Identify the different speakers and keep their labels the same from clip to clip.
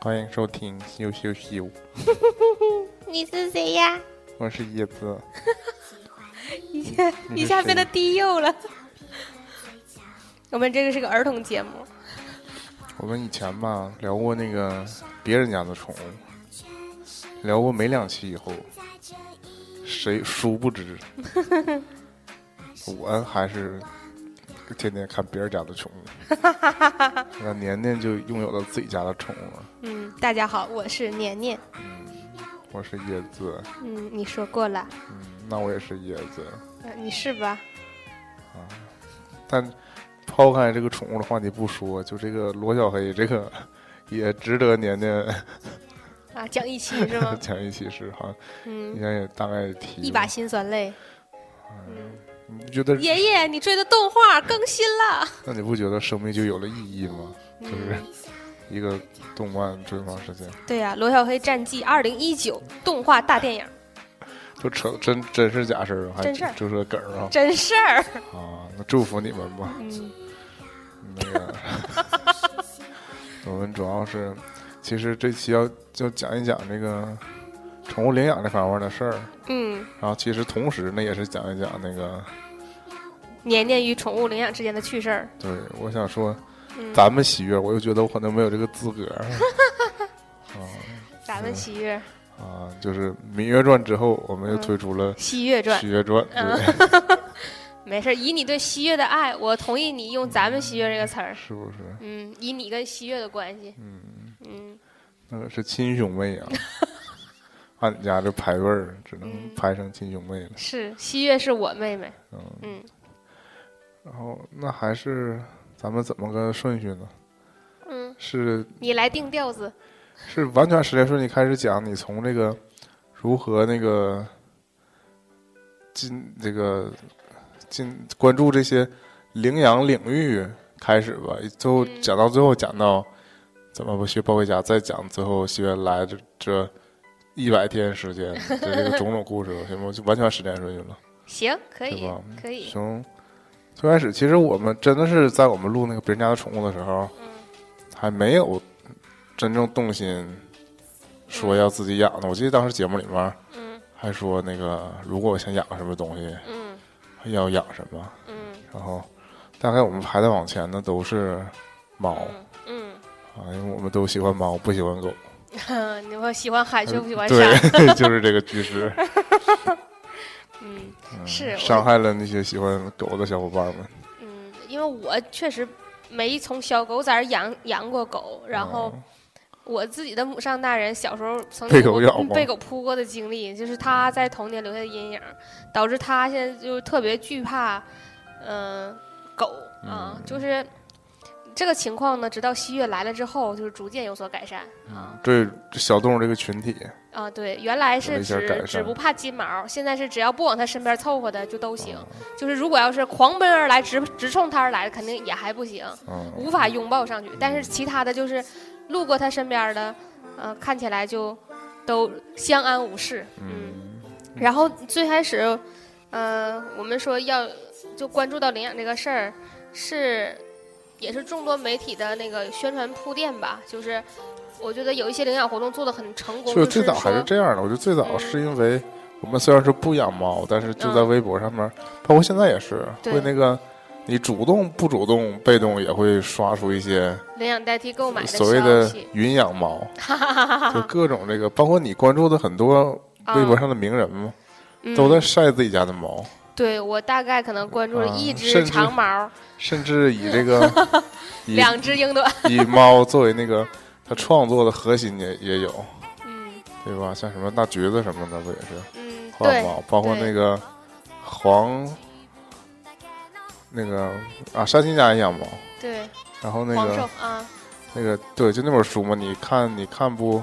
Speaker 1: 欢迎收听羞羞羞，
Speaker 2: 你是谁呀？
Speaker 1: 我是叶子。
Speaker 2: 一下
Speaker 1: 你
Speaker 2: 一
Speaker 1: 是
Speaker 2: 下
Speaker 1: 谁
Speaker 2: 变得低幼了。我们这个是个儿童节目，
Speaker 1: 我们以前吧聊过那个别人家的宠物，聊过没两期以后，谁殊不知， 我还是天天看别人家的宠物， 那年年就拥有了自己家的宠物了。
Speaker 2: 嗯，大家好，我是年年，
Speaker 1: 我是叶子，
Speaker 2: 嗯，你说过了，
Speaker 1: 嗯，那我也是叶子。
Speaker 2: 呃你是吧？
Speaker 1: 但抛开这个宠物的话题不说，就这个罗小黑这个也值得年年？
Speaker 2: 啊，讲一期是吗
Speaker 1: 讲一期是哈，以
Speaker 2: 嗯，
Speaker 1: 前也大概提
Speaker 2: 一
Speaker 1: 过
Speaker 2: 把辛酸泪。
Speaker 1: 你不觉得？
Speaker 2: 爷爷，你追的动画更新了。
Speaker 1: 那你不觉得生命就有了意义吗？就是
Speaker 2: 嗯
Speaker 1: 一个动漫追吗？时间
Speaker 2: 对呀、罗小黑战记二零一九动画大电影，
Speaker 1: 就扯真真是假事儿啊，还
Speaker 2: 真事儿
Speaker 1: 就说梗儿啊
Speaker 2: 真事儿。
Speaker 1: 啊！那祝福你们吧。
Speaker 2: 嗯
Speaker 1: 那个，我们主要是，其实这期要就讲一讲这个宠物领养这方面的事儿，
Speaker 2: 嗯，
Speaker 1: 然后其实同时呢也是讲一讲那个，
Speaker 2: 年年与宠物领养之间的趣事儿。
Speaker 1: 对，我想说
Speaker 2: 嗯，
Speaker 1: 咱们喜悦，我就觉得我可能没有这个资格。
Speaker 2: 咱们喜悦
Speaker 1: 啊，就是《芈月传》之后，我们又推出了《
Speaker 2: 西月传
Speaker 1: 嗯芈》，月传》嗯对，
Speaker 2: 没事儿，以你对西月的爱，我同意你用“咱们西月”这个词儿。
Speaker 1: 是不是？
Speaker 2: 嗯，以你跟西月的关系，嗯
Speaker 1: 那个是亲兄妹 啊，按你家这排位儿，只能排成亲兄妹了。
Speaker 2: 是西月是我妹妹。嗯
Speaker 1: 然后那还是咱们怎么个顺序呢？
Speaker 2: 嗯，
Speaker 1: 是
Speaker 2: 你来定调子。
Speaker 1: 是完全时间顺序开始讲，你从这个如何那个进这个进关注这些领养领域开始吧，最后
Speaker 2: 嗯
Speaker 1: 讲到最后讲到怎么不学抱回家，再讲最后学来这这一百天时间的这个种种故事吧，行吗？就完全时间顺序了。
Speaker 2: 行，可
Speaker 1: 对
Speaker 2: 以
Speaker 1: 吧，
Speaker 2: 可以。
Speaker 1: 从最开始，其实我们真的是在我们录那个别人家的宠物的时候，还没有真正动心说要自己养的。我记得当时节目里面
Speaker 2: 嗯
Speaker 1: 还说那个，如果我想养个什么东西，
Speaker 2: 嗯
Speaker 1: 要养什么。
Speaker 2: 嗯
Speaker 1: 然后大概我们排在往前的都是猫
Speaker 2: 嗯
Speaker 1: 啊，因为我们都喜欢猫，不喜欢狗。
Speaker 2: 嗯，你 说喜欢海却不 喜欢山，
Speaker 1: 对，就是这个趋 势，
Speaker 2: 嗯，是 我
Speaker 1: 伤害了那些喜欢狗的小伙伴们。
Speaker 2: 嗯，因为我确实没从小狗崽儿养养过狗，然后
Speaker 1: 嗯
Speaker 2: 我自己的母上大人小时候曾经
Speaker 1: 被狗咬
Speaker 2: 嗯
Speaker 1: 过嗯
Speaker 2: 被狗扑过的经历，就是他在童年留下的阴影儿，导致他现在就是特别惧怕，嗯、狗
Speaker 1: 嗯
Speaker 2: 啊，就是这个情况呢，直到西月来了之后，就是逐渐有所改善啊
Speaker 1: 对小动物这个群体，
Speaker 2: 啊，对，原来
Speaker 1: 有
Speaker 2: 是
Speaker 1: 了一下改
Speaker 2: 只
Speaker 1: 善
Speaker 2: 只不怕金毛，现在是只要不往他身边凑合的就都
Speaker 1: 哦
Speaker 2: 行，就是如果要是狂奔而来，直直冲他而来，肯定也还不行，
Speaker 1: 嗯，
Speaker 2: 无法拥抱上去。但是其他的就是路过他身边儿的，呃，看起来就都相安无事。嗯，然后最开始，呃，我们说要就关注到领养这个事儿，是也是众多媒体的那个宣传铺垫吧，就是。我觉得有一些领养活动做的很成功，
Speaker 1: 就
Speaker 2: 就
Speaker 1: 最早还是
Speaker 2: 说
Speaker 1: 这样的，我觉得最早是因为我们虽然说不养猫，但是就在
Speaker 2: 嗯
Speaker 1: 微博上面，包括现在也是
Speaker 2: 对
Speaker 1: 会那个，你主动不主动、被动也会刷出一些
Speaker 2: 领养代替购买的
Speaker 1: 所谓
Speaker 2: 消
Speaker 1: 的
Speaker 2: 息，
Speaker 1: 云养 猫，就各种这个，包括你关注的很多微博上的名人嘛，
Speaker 2: 啊嗯
Speaker 1: 都在晒自己家的猫，
Speaker 2: 对我大概可能关注了
Speaker 1: 啊
Speaker 2: 一
Speaker 1: 甚至
Speaker 2: 只长毛，
Speaker 1: 甚至以这个 以
Speaker 2: 两只英短，
Speaker 1: 以猫作为那个他创作的核心也也有，
Speaker 2: 嗯
Speaker 1: 对吧？像什么大橘子什么的，不也是？
Speaker 2: 嗯，
Speaker 1: 画
Speaker 2: 对，
Speaker 1: 猫，包括
Speaker 2: 对
Speaker 1: 那个黄，那个啊，山新家也养猫，
Speaker 2: 对，
Speaker 1: 然后那
Speaker 2: 黄
Speaker 1: 个
Speaker 2: 瘦啊
Speaker 1: 那个对，就那本书嘛，你看你看不，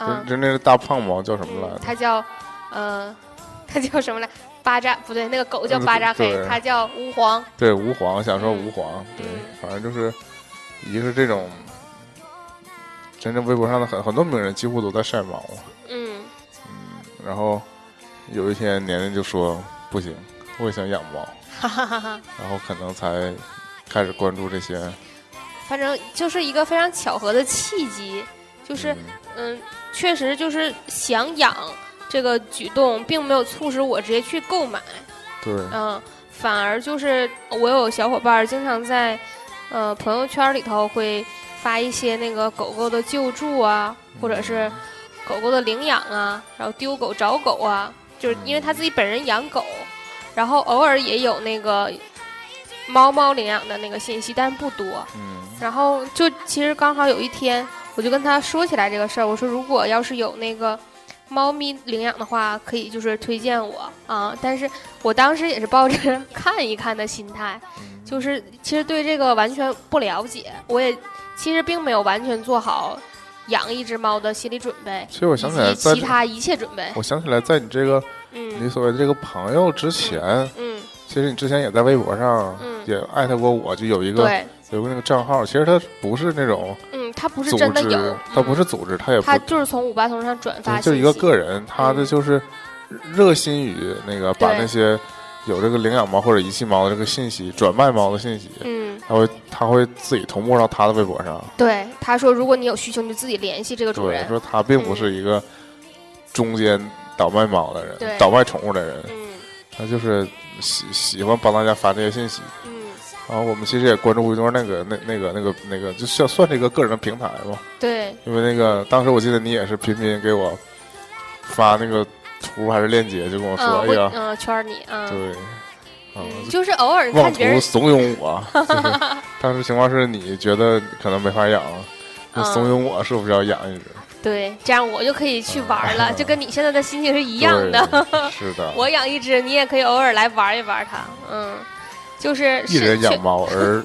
Speaker 1: 就
Speaker 2: 啊，
Speaker 1: 就那个大胖猫叫什么来
Speaker 2: 嗯
Speaker 1: 着？
Speaker 2: 它叫呃， 它叫什么来？巴扎不对，那个狗叫巴扎黑，
Speaker 1: 对
Speaker 2: 它叫吾皇。
Speaker 1: 对，吾皇，想说吾皇，对
Speaker 2: 嗯，
Speaker 1: 反正就是一个是这种，真正微博上的很很多名人几乎都在晒猫，
Speaker 2: 嗯，
Speaker 1: 然后有一天年年就说不行，我也想养猫，
Speaker 2: 哈哈哈哈。
Speaker 1: 然后可能才开始关注这些
Speaker 2: 反正就是一个非常巧合的契机，就是嗯，确实就是想养这个举动，并没有促使我直接去购买，
Speaker 1: 对，
Speaker 2: 嗯，反而就是呃我有小伙伴儿经常在呃朋友圈里头会发一些那个狗狗的救助啊，或者是狗狗的领养啊，然后丢狗找狗啊，就是因为他自己本人养狗，然后偶尔也有那个猫猫领养的那个信息，但是不多。
Speaker 1: 嗯
Speaker 2: 然后就其实刚好有一天，我就跟他说起来这个事儿，我说如果要是有那个猫咪领养的话，可以就是推荐我啊。但是我当时也是抱着看一看的心态，就是其实对这个完全不了解，我也其实并没有完全做好养一只猫的心理准备，
Speaker 1: 其实我
Speaker 2: 以
Speaker 1: 想起来
Speaker 2: 及
Speaker 1: 在
Speaker 2: 其
Speaker 1: 这，
Speaker 2: 他一切准备。
Speaker 1: 我想起来在你这个你
Speaker 2: 嗯
Speaker 1: 所谓的这个朋友之前，
Speaker 2: 嗯，
Speaker 1: 其实你之前也在微博上
Speaker 2: 嗯
Speaker 1: 也艾特过我，就有一个
Speaker 2: 对，
Speaker 1: 有个那个账号，其实它不是那种
Speaker 2: 嗯，它不是
Speaker 1: 组
Speaker 2: 真的有
Speaker 1: 织，，它不
Speaker 2: 嗯
Speaker 1: 是组织，它也不
Speaker 2: 它就是从五八同上转发
Speaker 1: 就
Speaker 2: 信
Speaker 1: 是
Speaker 2: 息，嗯
Speaker 1: 一个个人，他的就是热心于那个把
Speaker 2: 对
Speaker 1: 那些有这个领养猫或者遗弃猫的这个信息、转卖猫的信息，
Speaker 2: 嗯。
Speaker 1: 他会他会自己同步到他的微博上。
Speaker 2: 对，他说，如果你有需求，你就自己联系这个主
Speaker 1: 对，
Speaker 2: 人。
Speaker 1: 说他并不
Speaker 2: 嗯
Speaker 1: 是一个中间倒卖猫的人，
Speaker 2: 对
Speaker 1: 倒卖宠物的人，
Speaker 2: 嗯
Speaker 1: 他就是喜喜欢帮大家发这些信息。
Speaker 2: 嗯，
Speaker 1: 然后我们其实也关注过一段那个那那个那个那个，就算算是一个个人的平台吧，
Speaker 2: 对，
Speaker 1: 因为那个当时我记得你也是频频给我发那个图还是链接，就跟我说，
Speaker 2: 嗯，
Speaker 1: 哎
Speaker 2: 会
Speaker 1: 呀。
Speaker 2: 嗯圈儿你啊，
Speaker 1: 对，啊，
Speaker 2: 嗯，就是偶尔
Speaker 1: 妄
Speaker 2: 看别
Speaker 1: 图
Speaker 2: 人，
Speaker 1: 怂恿我， 就是当时情况是你觉得可能没法养，那
Speaker 2: 嗯
Speaker 1: 怂恿我是不是要养一只？
Speaker 2: 对，这样我就可以去玩儿
Speaker 1: 嗯
Speaker 2: 了，就跟你现在的心情是一
Speaker 1: 一
Speaker 2: 样的。
Speaker 1: 的，是的，
Speaker 2: 我养一只，你也可以偶尔来玩一玩它，嗯，就是
Speaker 1: 一
Speaker 2: 是
Speaker 1: 人养
Speaker 2: 去
Speaker 1: 猫，而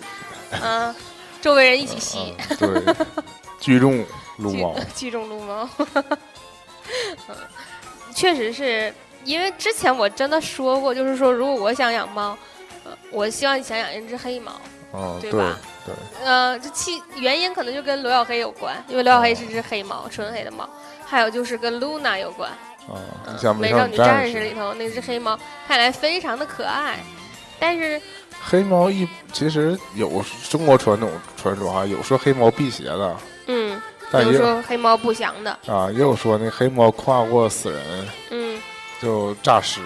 Speaker 2: 嗯，周围人一起吸
Speaker 1: 嗯，对，聚众撸 猫，
Speaker 2: 聚众撸猫，嗯，确实是因为之前我真的说过，就是说如果我想养猫，呃，我希望想养一只黑猫。
Speaker 1: 嗯，
Speaker 2: 对
Speaker 1: 对
Speaker 2: 吧
Speaker 1: 对，
Speaker 2: 呃，这其原因可能就跟罗小黑有关，因为罗小黑是只黑猫，纯黑的猫。还有就是跟 Luna 有关，
Speaker 1: 啊，
Speaker 2: 嗯
Speaker 1: 你像美
Speaker 2: 美少
Speaker 1: 少
Speaker 2: 女
Speaker 1: 女
Speaker 2: 战
Speaker 1: 战
Speaker 2: 士里
Speaker 1: 士，
Speaker 2: 头那只黑猫，看来非常的可爱。但是，
Speaker 1: 黑猫一其实有中国传统传说哈，有说黑猫辟邪的，
Speaker 2: 嗯，
Speaker 1: 但
Speaker 2: 有
Speaker 1: 也有
Speaker 2: 说黑猫不祥的，
Speaker 1: 啊也有说那黑猫跨过死人
Speaker 2: 嗯，
Speaker 1: 就诈尸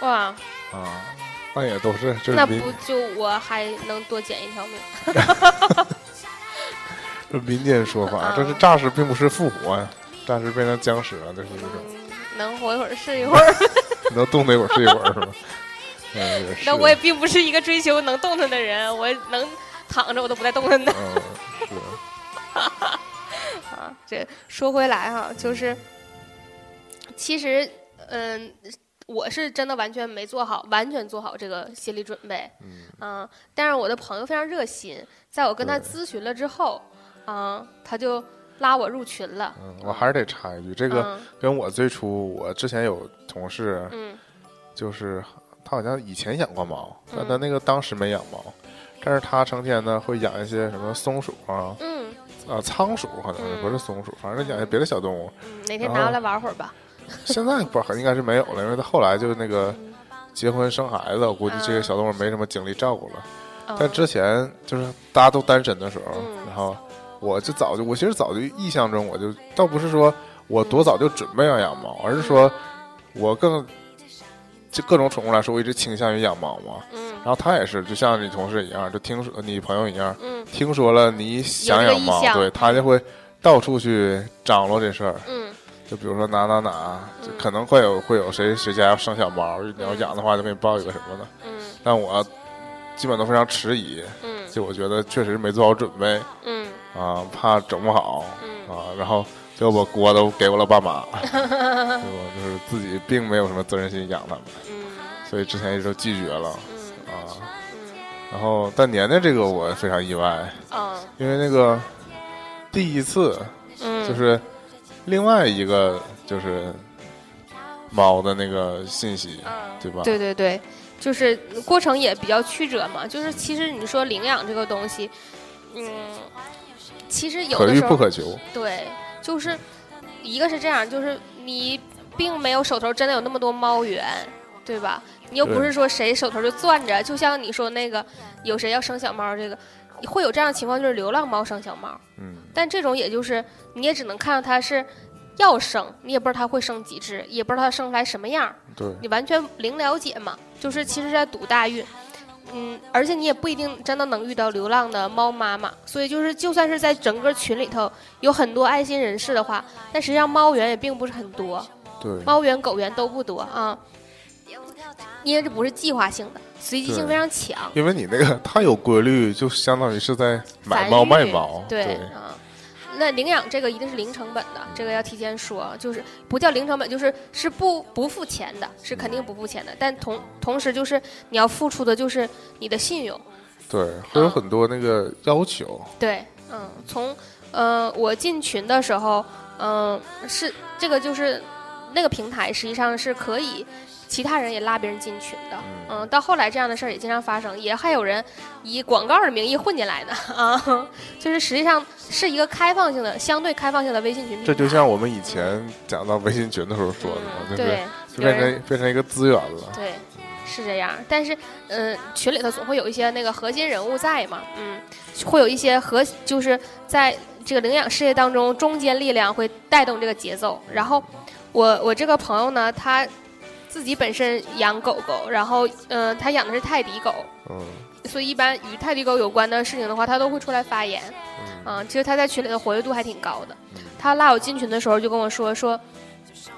Speaker 2: 哇，
Speaker 1: 啊，那也都是这
Speaker 2: 那
Speaker 1: 是
Speaker 2: 不
Speaker 1: 民
Speaker 2: 就我还能多捡一条命？
Speaker 1: 这民间说法
Speaker 2: 啊，
Speaker 1: 这是诈尸，并不是复活呀，诈尸变成僵尸了，这是一种
Speaker 2: 嗯，能活一会儿是一会 儿。
Speaker 1: 能动的一会儿是一会儿，是吧？嗯，也是。
Speaker 2: 那我也并不是一个追求能动弹的人，我能躺着我都不带动弹的。
Speaker 1: 嗯是
Speaker 2: 啊，这说回来哈， 就是其实，嗯，我是真的完全没做好，完全做好这个心理准备，
Speaker 1: 嗯
Speaker 2: 嗯，但是我的朋友非常热心，在我跟他
Speaker 1: 对
Speaker 2: 咨询了之后，嗯，他就拉我入群了，
Speaker 1: 嗯，我还是得插一句，这个
Speaker 2: 嗯
Speaker 1: 跟我最初我之前有同事，
Speaker 2: 嗯
Speaker 1: 就是他好像以前养过猫，
Speaker 2: 嗯
Speaker 1: 但他那个当时没养猫。但是他成天呢会养一些什么松鼠啊，
Speaker 2: 嗯
Speaker 1: 啊仓鼠可能是
Speaker 2: 嗯
Speaker 1: 不是松鼠，反正养些别的小动物。
Speaker 2: 嗯，哪天
Speaker 1: 然
Speaker 2: 拿过
Speaker 1: 后
Speaker 2: 来玩会儿吧，
Speaker 1: 现在不应该是没有了，因为他后来就那个结婚生孩子，我估计这个小动物没什么精力照顾了。
Speaker 2: 嗯
Speaker 1: 但之前就是大家都单身的时候，
Speaker 2: 嗯
Speaker 1: 然后我就早就，我其实早就意向中我就倒不是说我多早就准备要养猫，而是
Speaker 2: 嗯
Speaker 1: 说我更就各种宠物来说，我一直倾向于养猫嘛。
Speaker 2: 嗯
Speaker 1: 然后他也是，就像你同事一样，就听说呃你朋友一样，
Speaker 2: 嗯
Speaker 1: 听说了你想养猫
Speaker 2: 有这个意，向
Speaker 1: 对他就会到处去张罗这事儿。
Speaker 2: 嗯
Speaker 1: 就比如说哪哪哪，就
Speaker 2: 嗯
Speaker 1: 可能会有会有谁谁家要生小猫，你要养的话就给你抱一个什么的。
Speaker 2: 嗯
Speaker 1: 但我基本都非常迟疑，
Speaker 2: 嗯
Speaker 1: 就我觉得确实没做好准备
Speaker 2: 嗯
Speaker 1: 啊，怕整不好
Speaker 2: 嗯
Speaker 1: 啊，然后就把锅都给我了爸妈，对我就是自己并没有什么责任心养它们，
Speaker 2: 嗯
Speaker 1: 所以之前一直都拒绝了
Speaker 2: 嗯
Speaker 1: 啊。
Speaker 2: 嗯
Speaker 1: 然后但年年这个我非常意外，
Speaker 2: 啊
Speaker 1: 因为那个第一次
Speaker 2: 嗯，
Speaker 1: 就是另外一个就是猫的那个信息，
Speaker 2: 嗯。
Speaker 1: 对吧？
Speaker 2: 对对对，就是过程也比较曲折嘛。就是其实你说领养这个东西，嗯，其实有
Speaker 1: 可
Speaker 2: 的
Speaker 1: 遇
Speaker 2: 时候
Speaker 1: 不可求。
Speaker 2: 对，就是一个是这样，就是你并没有手头真的有那么多猫源，对吧？你又不
Speaker 1: 对
Speaker 2: 是说谁手头就攥着，就像你说那个有谁要生小猫这个。会有这样的情况，就是流浪猫生小猫，
Speaker 1: 嗯
Speaker 2: 但这种也就是你也只能看到它是要生，你也不知道它会生几只，也不知道它生出来什么样儿，
Speaker 1: 对，
Speaker 2: 你完全零了解嘛，就是其实是在赌大运。嗯，而且你也不一定真的能遇到流浪的猫妈妈，所以就是就算是在整个群里头有很多爱心人士的话，但实际上猫源也并不是很多，
Speaker 1: 对，
Speaker 2: 猫源狗源都不多啊，因为这不是计划性的，随机性
Speaker 1: 对
Speaker 2: 非常强。
Speaker 1: 因为你那个太有规律，就相当于是在买
Speaker 2: 繁
Speaker 1: 猫
Speaker 2: 育
Speaker 1: 卖猫，
Speaker 2: 对
Speaker 1: 对
Speaker 2: 啊。那领养这个一定是零成本的，这个要提前说，就是不叫零成本，就是是不不付钱的，是肯定不付钱的。但同同时就是你要付出的就是你的信用，
Speaker 1: 对，会有很多那个要求，
Speaker 2: 对，嗯，从呃我进群的时候，嗯、是这个就是那个平台实际上是可以其他人也拉别人进群的，嗯、到后来这样的事儿也经常发生，也还有人以广告的名义混进来的啊， 就是实际上是一个开放性的、相对开放性的微信群平台，
Speaker 1: 这就像我们以前讲到微信群的时候说的嘛，就
Speaker 2: 嗯
Speaker 1: 是
Speaker 2: 对，
Speaker 1: 就
Speaker 2: 有
Speaker 1: 变
Speaker 2: 人
Speaker 1: 成变成一个资源了，
Speaker 2: 对，是这样。但是，嗯、群里头总会有一些那个核心人物在嘛，嗯，会有一些核，就是在这个领养事业当中，中坚力量会带动这个节奏。然后我，我这个朋友呢，他自己本身养狗狗，然后，嗯、他养的是泰迪狗，
Speaker 1: 嗯
Speaker 2: 所以一般与泰迪狗有关的事情的话，他都会出来发言。
Speaker 1: 嗯
Speaker 2: 嗯，其实他在群里的活跃度还挺高的
Speaker 1: 嗯。
Speaker 2: 他拉我进群的时候就跟我说说，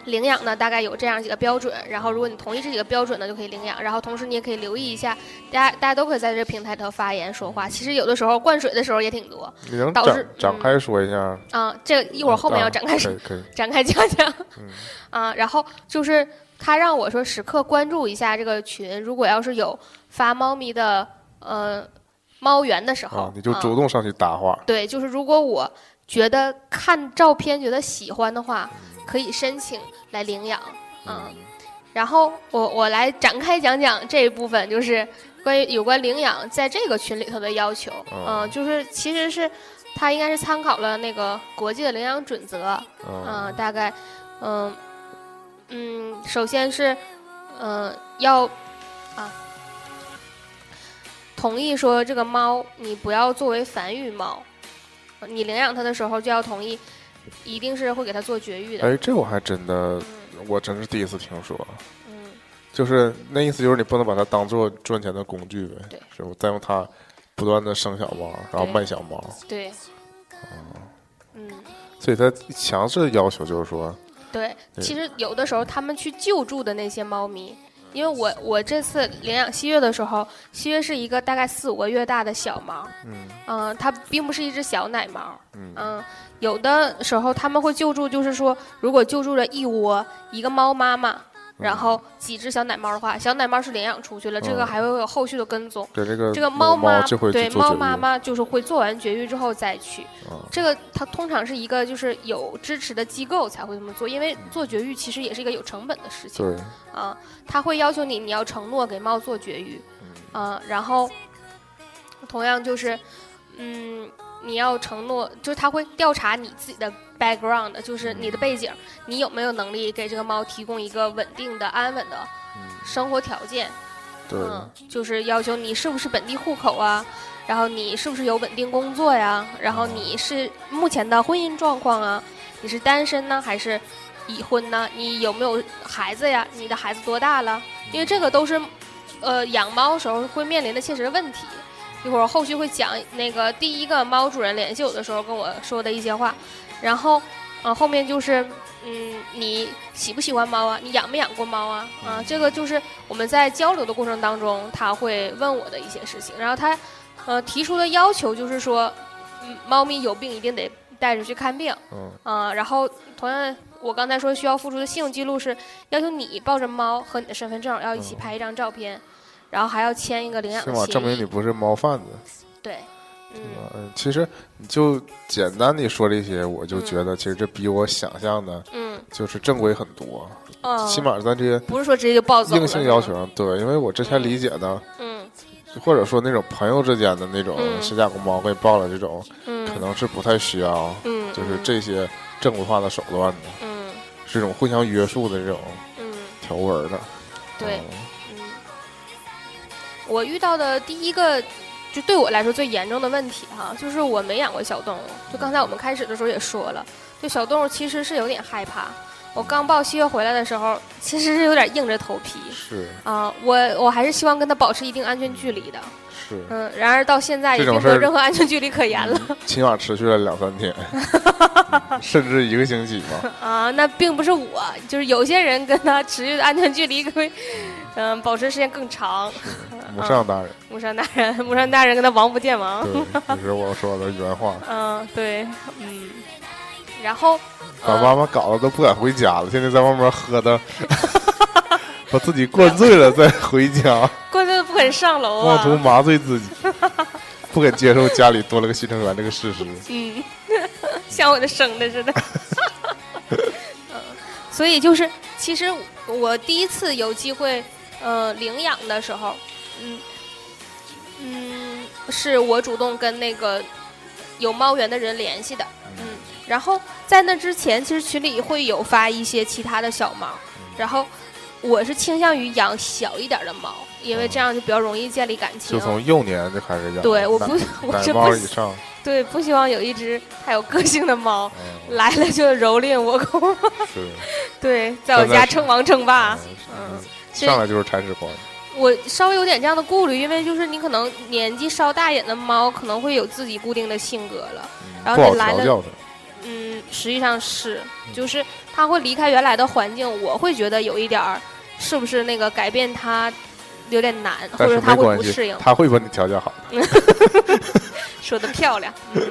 Speaker 2: 领养呢大概有这样几个标准，然后如果你同意这几个标准呢，就可以领养。然后同时你也可以留意一下，大家大家都可以在这个平台头发言说话。其实有的时候灌水的时候也挺多。
Speaker 1: 你能
Speaker 2: 导
Speaker 1: 展
Speaker 2: 致
Speaker 1: 展开说一下？
Speaker 2: 嗯，这一会儿后面要展开
Speaker 1: 啊可以可以，
Speaker 2: 展开讲讲。
Speaker 1: 嗯
Speaker 2: 啊，然后就是他让我说时刻关注一下这个群，如果要是有发猫咪的呃猫源的时候，
Speaker 1: 啊，你就
Speaker 2: 啊
Speaker 1: 主动上去搭话，
Speaker 2: 对，就是如果我觉得看照片觉得喜欢的话，可以申请来领养。嗯，然后我我来展开讲讲这一部分，就是关于有关领养在这个群里头的要求。
Speaker 1: 哦
Speaker 2: 嗯，就是其实是它应该是参考了那个国际的领养准则。
Speaker 1: 嗯
Speaker 2: 嗯、大概，嗯、嗯，首先是，嗯、要啊，同意说这个猫你不要作为繁育猫，你领养它的时候就要同意，一定是会给它做绝育的。
Speaker 1: 哎，这我还真的
Speaker 2: 嗯
Speaker 1: 我真是第一次听说，
Speaker 2: 嗯，
Speaker 1: 就是那意思就是你不能把它当做赚钱的工具呗
Speaker 2: 对，
Speaker 1: 是吧？再用它不断的生小猫，然后
Speaker 2: 对
Speaker 1: 卖小猫，
Speaker 2: 对，嗯，
Speaker 1: 所以它强制要求就是说，
Speaker 2: 对，
Speaker 1: 对
Speaker 2: 其实有的时候他们去救助的那些猫咪。因为我我这次领养西月的时候，西月是一个大概四五个月大的小猫，
Speaker 1: 嗯
Speaker 2: 嗯、它并不是一只小奶猫，
Speaker 1: 嗯
Speaker 2: 嗯，有的时候他们会救助，就是说，如果救助了一窝一个猫妈妈，
Speaker 1: 嗯
Speaker 2: 然后几只小奶猫的话，小奶猫是领养出去了，这个
Speaker 1: 嗯
Speaker 2: 还会有后续的跟踪。
Speaker 1: 对这个
Speaker 2: 这个
Speaker 1: 猫
Speaker 2: 妈
Speaker 1: 这回
Speaker 2: 对
Speaker 1: 去做
Speaker 2: 猫
Speaker 1: 绝育
Speaker 2: 妈妈就是会做完绝育之后再去，
Speaker 1: 啊
Speaker 2: 这个它通常是一个就是有支持的机构才会这么做，因为做绝育其实也是一个有成本的事情。
Speaker 1: 对，
Speaker 2: 啊，他会要求你，你要承诺给猫做绝育，
Speaker 1: 嗯
Speaker 2: 啊，然后同样就是，嗯，你要承诺，就是他会调查你自己的 background，就是你的背景，你有没有能力给这个猫提供一个稳定的、安稳的生活条件，
Speaker 1: 嗯对，
Speaker 2: 嗯，就是要求你是不是本地户口啊，然后你是不是有稳定工作呀，然后你是目前的婚姻状况啊，你是单身呢还是已婚呢？你有没有孩子呀？你的孩子多大了？因为这个都是，呃，养猫时候会面临的切实的问题。一会儿后续会讲那个第一个猫主人联系我的时候跟我说的一些话，然后，呃，后面就是，嗯，你喜不喜欢猫啊？你养没养过猫啊？啊，这个就是我们在交流的过程当中，他会问我的一些事情，然后他，呃，提出的要求就是说，嗯，猫咪有病一定得带着去看病，
Speaker 1: 嗯
Speaker 2: 啊、然后同样我刚才说需要付出的信用记录是要求你抱着猫和你的身份证要一
Speaker 1: 嗯
Speaker 2: 起拍一张照片，然后还要签一个领养
Speaker 1: 起
Speaker 2: 的
Speaker 1: 码
Speaker 2: 协议，
Speaker 1: 证明你不是猫贩子。
Speaker 2: 对，嗯
Speaker 1: 对吧嗯，其实你就简单的说这些，我就觉得其实这比我想象的，
Speaker 2: 嗯
Speaker 1: 就是正规很多。
Speaker 2: 嗯，
Speaker 1: 起码在这些
Speaker 2: 不是说直接就抱走了，
Speaker 1: 硬性要求上，对，因为我之前理解的，
Speaker 2: 嗯
Speaker 1: 或者说那种朋友之间的那种
Speaker 2: 嗯
Speaker 1: 谁家公猫给你抱了这种，
Speaker 2: 嗯
Speaker 1: 可能是不太需要，
Speaker 2: 嗯，
Speaker 1: 就是这些正规化的手段的，
Speaker 2: 嗯
Speaker 1: 是这种互相约束的这种
Speaker 2: 嗯嗯
Speaker 1: 条文的。
Speaker 2: 对
Speaker 1: 嗯，
Speaker 2: 嗯，我遇到的第一个就对我来说最严重的问题哈，就是我没养过小动物。就刚才我们开始的时候也说了，对小动物其实是有点害怕。我刚抱西月回来的时候，其实是有点硬着头皮
Speaker 1: 嗯是
Speaker 2: 啊、我我还是希望跟它保持一定安全距离的。
Speaker 1: 是，
Speaker 2: 嗯，然而到现在也
Speaker 1: 这种
Speaker 2: 并没有
Speaker 1: 事儿
Speaker 2: 任何安全距离可言了
Speaker 1: 起码持续了两三 天，嗯甚至一个星期吧。
Speaker 2: 啊、那并不是我，就是有些人跟它持续的安全距离会，嗯、保持时间更长。
Speaker 1: 母上大人，
Speaker 2: 木山大人，木山大人跟他王不见王。
Speaker 1: 对，也是我说的原话。
Speaker 2: 嗯，对，嗯，然后
Speaker 1: 把妈妈搞得都不敢回家了，天天在外面喝 的，把自己灌醉了再回家，
Speaker 2: 关键不肯上楼
Speaker 1: 妄图
Speaker 2: 啊。
Speaker 1: 麻醉自己，不肯接受家里多了个新成员这个事实。
Speaker 2: 嗯，像我的生的似的。嗯，所以就是，其实我第一次有机会，呃，领养的时候，嗯嗯，是我主动跟那个有猫源的人联系的。嗯，然后在那之前，其实群里会有发一些其他的小猫，
Speaker 1: 嗯
Speaker 2: 然后我是倾向于养小一点的猫，因为这样就比较容易建立感情。
Speaker 1: 嗯就从幼年就开始养，
Speaker 2: 对，我不，我
Speaker 1: 奶
Speaker 2: 是
Speaker 1: 猫
Speaker 2: 不
Speaker 1: 以上，
Speaker 2: 对，不希望有一只太有个性的猫
Speaker 1: 嗯，
Speaker 2: 来了就蹂躏我 狗。
Speaker 1: 是，
Speaker 2: 对，在我
Speaker 1: 真的
Speaker 2: 家
Speaker 1: 是
Speaker 2: 称王称霸。
Speaker 1: 嗯
Speaker 2: 嗯，
Speaker 1: 上来就是铲屎官，
Speaker 2: 我稍微有点这样的顾虑，因为就是你可能年纪稍大一点的猫可能会有自己固定的性格了。
Speaker 1: 嗯
Speaker 2: 然
Speaker 1: 不
Speaker 2: 后
Speaker 1: 好
Speaker 2: 你来
Speaker 1: 调
Speaker 2: 了
Speaker 1: 教它。
Speaker 2: 嗯，实际上是，
Speaker 1: 嗯
Speaker 2: 就是它会离开原来的环境，我会觉得有一点儿，是不是那个改变它有点难，或
Speaker 1: 但
Speaker 2: 者
Speaker 1: 是
Speaker 2: 它
Speaker 1: 没
Speaker 2: 会
Speaker 1: 关
Speaker 2: 不适
Speaker 1: 系
Speaker 2: 应，。
Speaker 1: 它会把你调教好的，
Speaker 2: 说的漂 亮，嗯。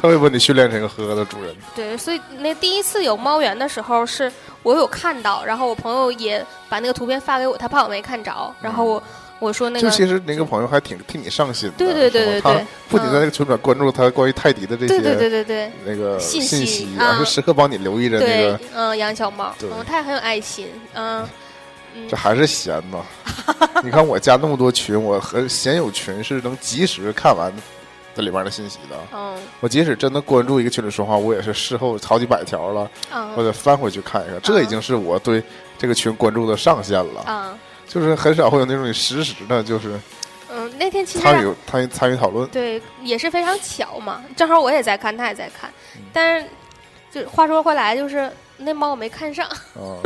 Speaker 1: 它会把你训练成一个合格的主人。
Speaker 2: 对，所以那第一次有猫源的时候，是我有看到，然后我朋友也把那个图片发给我，他怕我没看着，然后我我说那
Speaker 1: 就
Speaker 2: 个，
Speaker 1: 其实那个朋友还挺替你上心的，
Speaker 2: 对对对
Speaker 1: 是
Speaker 2: 对
Speaker 1: 吧
Speaker 2: 对嗯
Speaker 1: 他不仅在那个群里面关注他关于泰迪的这些
Speaker 2: 对对对对对
Speaker 1: 那个
Speaker 2: 信息
Speaker 1: 息，
Speaker 2: 啊
Speaker 1: 而是时刻帮你留意着那
Speaker 2: 对
Speaker 1: 个，，
Speaker 2: 嗯，养小猫，
Speaker 1: 对
Speaker 2: 嗯，他也很有爱心，嗯嗯
Speaker 1: 这，还是闲 嘛。你看我加那么多群，我和闲有群是能及时看完这里面的信息的。
Speaker 2: 嗯
Speaker 1: 我即使真的关注一个群里说话，我也是事后好几百条了，我
Speaker 2: 嗯
Speaker 1: 得翻回去看一看。这已经是我对这个群关注的上限了，
Speaker 2: 嗯
Speaker 1: 就是很少会有那种你实时的，就是
Speaker 2: 嗯，那天其实
Speaker 1: 参与参与参与讨论。
Speaker 2: 对，也是非常巧嘛，正好我也在看，他也在看，
Speaker 1: 嗯
Speaker 2: 但是就话说回来，就是那猫我没看上，
Speaker 1: 啊，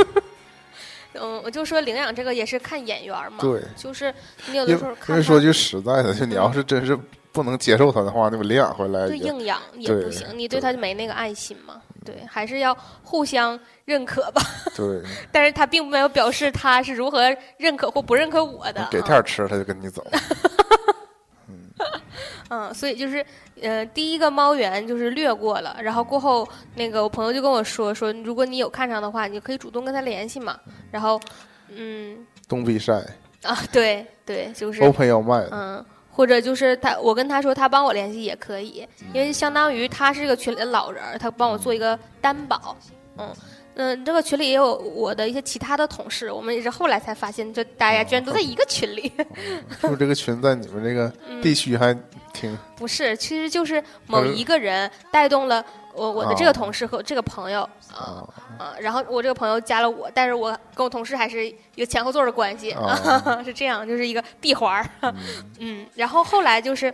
Speaker 2: 嗯，我就说领养这个也是看眼缘嘛，
Speaker 1: 对
Speaker 2: 就是你有的
Speaker 1: 因
Speaker 2: 时候
Speaker 1: 为
Speaker 2: 看
Speaker 1: 因为
Speaker 2: 它
Speaker 1: 说句实在的，就你要是真是不能接受它的话，那么领养回来
Speaker 2: 对
Speaker 1: 也
Speaker 2: 硬养也
Speaker 1: 啊对
Speaker 2: 不行，你对
Speaker 1: 对
Speaker 2: 他就没那个爱心嘛。对，还是要互相认可吧。
Speaker 1: 对，
Speaker 2: 但是他并没有表示他是如何认可或不认可我的。
Speaker 1: 给
Speaker 2: 啊
Speaker 1: 它点吃，它就跟你走。
Speaker 2: 嗯，所以就是，呃，第一个猫源就是略过了，然后过后那个我朋友就跟我说说，如果你有看上的话，你就可以主动跟他联系嘛。然后，嗯，
Speaker 1: 东比晒
Speaker 2: 啊，对对，就是
Speaker 1: ，Open 要卖，
Speaker 2: 嗯，或者就是他，我跟他说他帮我联系也可以，嗯因为相当于他是个群里的老人儿，他帮我做一个担保。嗯嗯，这个群里也有我的一些其他的同事，我们也是后来才发现，这大家居然都在一个群里。
Speaker 1: 嗯是不是这个群在你们这个
Speaker 2: 嗯
Speaker 1: 地区还挺
Speaker 2: 不是，其实就是某
Speaker 1: 他是
Speaker 2: 一个人带动了我我的这个
Speaker 1: 哦
Speaker 2: 同事和这个朋友啊
Speaker 1: 啊
Speaker 2: 啊，然后我这个朋友加了我，但是我跟我同事还是一个前后座的关系
Speaker 1: 哦
Speaker 2: 是这样，就是一个闭环儿， 嗯，然后后来就是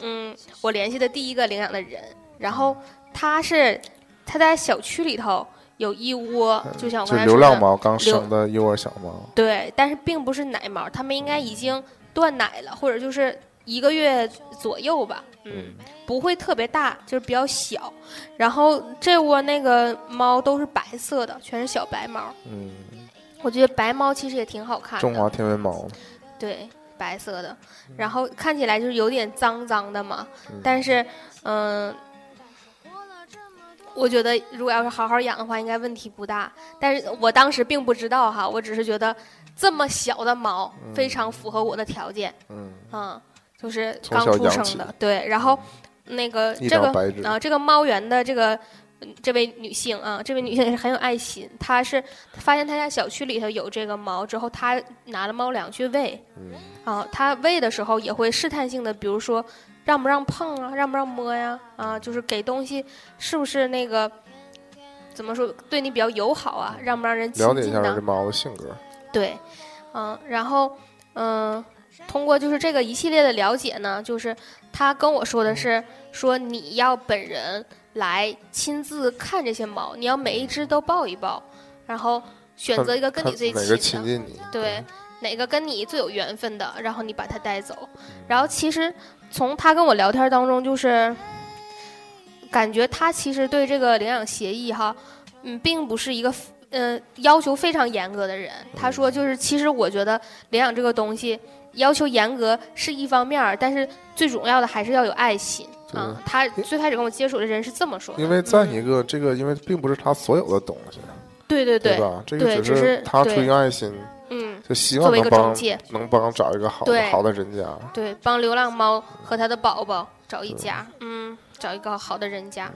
Speaker 2: 嗯，我联系的第一个领养的人，然后他是他在小区里头有一窝，就像
Speaker 1: 嗯
Speaker 2: 我
Speaker 1: 就
Speaker 2: 刚才
Speaker 1: 流
Speaker 2: 说的
Speaker 1: 浪，猫刚
Speaker 2: 流
Speaker 1: 生的幼儿小猫，
Speaker 2: 对，但是并不是奶猫，他们应该已经断奶了，或者就是一个月左右吧，嗯，不会特别大，就是比较小。然后这窝那个猫都是白色的，全是小白猫。
Speaker 1: 嗯，
Speaker 2: 我觉得白猫其实也挺好看
Speaker 1: 中
Speaker 2: 的，
Speaker 1: 华天文猫，
Speaker 2: 对，白色的，然后看起来就是有点脏脏的嘛，但是嗯。我觉得如果要是好好养的话，应该问题不大。但是我当时并不知道哈，我只是觉得这么小的毛非常符合我的条件，
Speaker 1: 嗯，
Speaker 2: 嗯，就是
Speaker 1: 从
Speaker 2: 刚
Speaker 1: 小
Speaker 2: 出
Speaker 1: 养
Speaker 2: 生
Speaker 1: 起嗯
Speaker 2: 的，对。然后那个
Speaker 1: 一
Speaker 2: 这
Speaker 1: 张
Speaker 2: 个
Speaker 1: 白纸
Speaker 2: 啊，这个猫园的这个嗯这位女性啊，这位女性也是很有爱心。她是发现她家小区里头有这个猫之后，她拿了猫粮去喂。
Speaker 1: 嗯
Speaker 2: 啊，她喂的时候也会试探性的，比如说让不让碰啊，让不让摸呀、啊，就是给东西是不是那个怎么说对你比较友好啊，让不让人亲
Speaker 1: 了解一
Speaker 2: 近
Speaker 1: 下
Speaker 2: 呐、
Speaker 1: 这猫的性格，
Speaker 2: 对，嗯、然后嗯、通过就是这个一系列的了解呢，就是他跟我说的是说你要本人来亲自看这些猫，你要每一只都抱一抱，然后选择一个跟你最
Speaker 1: 哪个亲
Speaker 2: 亲的，
Speaker 1: 近你？
Speaker 2: 对，哪个跟你最有缘分的，然后你把它带走。然后其实从他跟我聊天当中，就是感觉他其实对这个领养协议哈，嗯，并不是一个嗯、要求非常严格的人。他说就是，其实我觉得领养这个东西要求严格是一方面儿，但是最重要的还是要有爱心啊。他最开始跟我接触的人是这么说的，
Speaker 1: 因为再
Speaker 2: 嗯
Speaker 1: 一个，这个因为并不是他所有的东西，
Speaker 2: 对对
Speaker 1: 对
Speaker 2: 对，
Speaker 1: 吧？这
Speaker 2: 对
Speaker 1: 个
Speaker 2: 只是
Speaker 1: 是他出
Speaker 2: 对
Speaker 1: 于爱心，
Speaker 2: 嗯。
Speaker 1: 就希
Speaker 2: 作
Speaker 1: 望
Speaker 2: 为一
Speaker 1: 能
Speaker 2: 个中
Speaker 1: 帮
Speaker 2: 介
Speaker 1: 能帮找一个好
Speaker 2: 对
Speaker 1: 的好的人家。
Speaker 2: 对，帮流浪猫和它的宝宝找一家，嗯，找一个好的人家。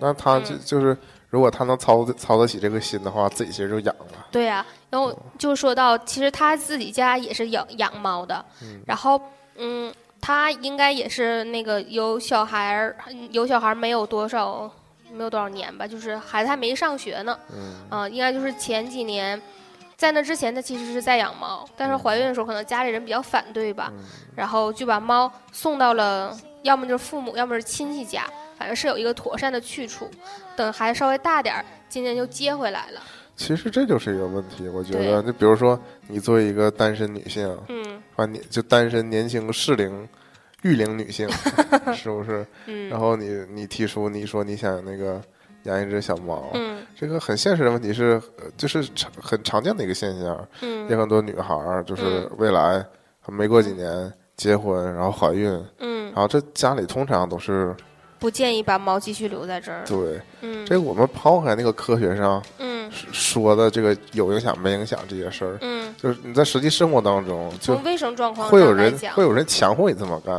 Speaker 1: 那他
Speaker 2: 嗯
Speaker 1: 就就是，如果他能操得操得起这个心的话，自己其实就养了。
Speaker 2: 对呀、然
Speaker 1: 哦
Speaker 2: 后就说到，其实他自己家也是养养猫的，然后嗯，他应该也是那个有小孩儿，嗯有小孩儿没有多少，没有多少年吧，就是孩子还没上学呢，
Speaker 1: 嗯，
Speaker 2: 啊、应该就是前几年，在那之前，她其实是在养猫，但是怀孕的时候可能家里人比较反对吧，
Speaker 1: 嗯
Speaker 2: 然后就把猫送到了，要么就是父母，要么是亲戚家，反正是有一个妥善的去处。等孩子稍微大点儿，今年就接回来了。
Speaker 1: 其实这就是一个问题，我觉得，就比如说你作为一个单身女性，
Speaker 2: 嗯
Speaker 1: 啊，你就单身年轻适龄育龄女 性，是不是？然
Speaker 2: 嗯
Speaker 1: 后你你提出你说你想那个养一只小猫，
Speaker 2: 嗯
Speaker 1: 这个很现实的问题是，呃就是常很常见的一个现象，有
Speaker 2: 嗯
Speaker 1: 很多女孩儿就是
Speaker 2: 嗯
Speaker 1: 未来没过几年结婚，然后怀孕，
Speaker 2: 嗯
Speaker 1: 然，后这家里通常都是
Speaker 2: 不建议把猫继续留在这儿。
Speaker 1: 对
Speaker 2: 嗯
Speaker 1: 这个我们抛开那个科学上
Speaker 2: 嗯
Speaker 1: 说的这个有影响没影响这些事儿，
Speaker 2: 嗯，
Speaker 1: 就是你在实际生活当中就
Speaker 2: 从卫生状况
Speaker 1: 会有
Speaker 2: 上来
Speaker 1: 人
Speaker 2: 讲
Speaker 1: 会，有人强迫你这么干，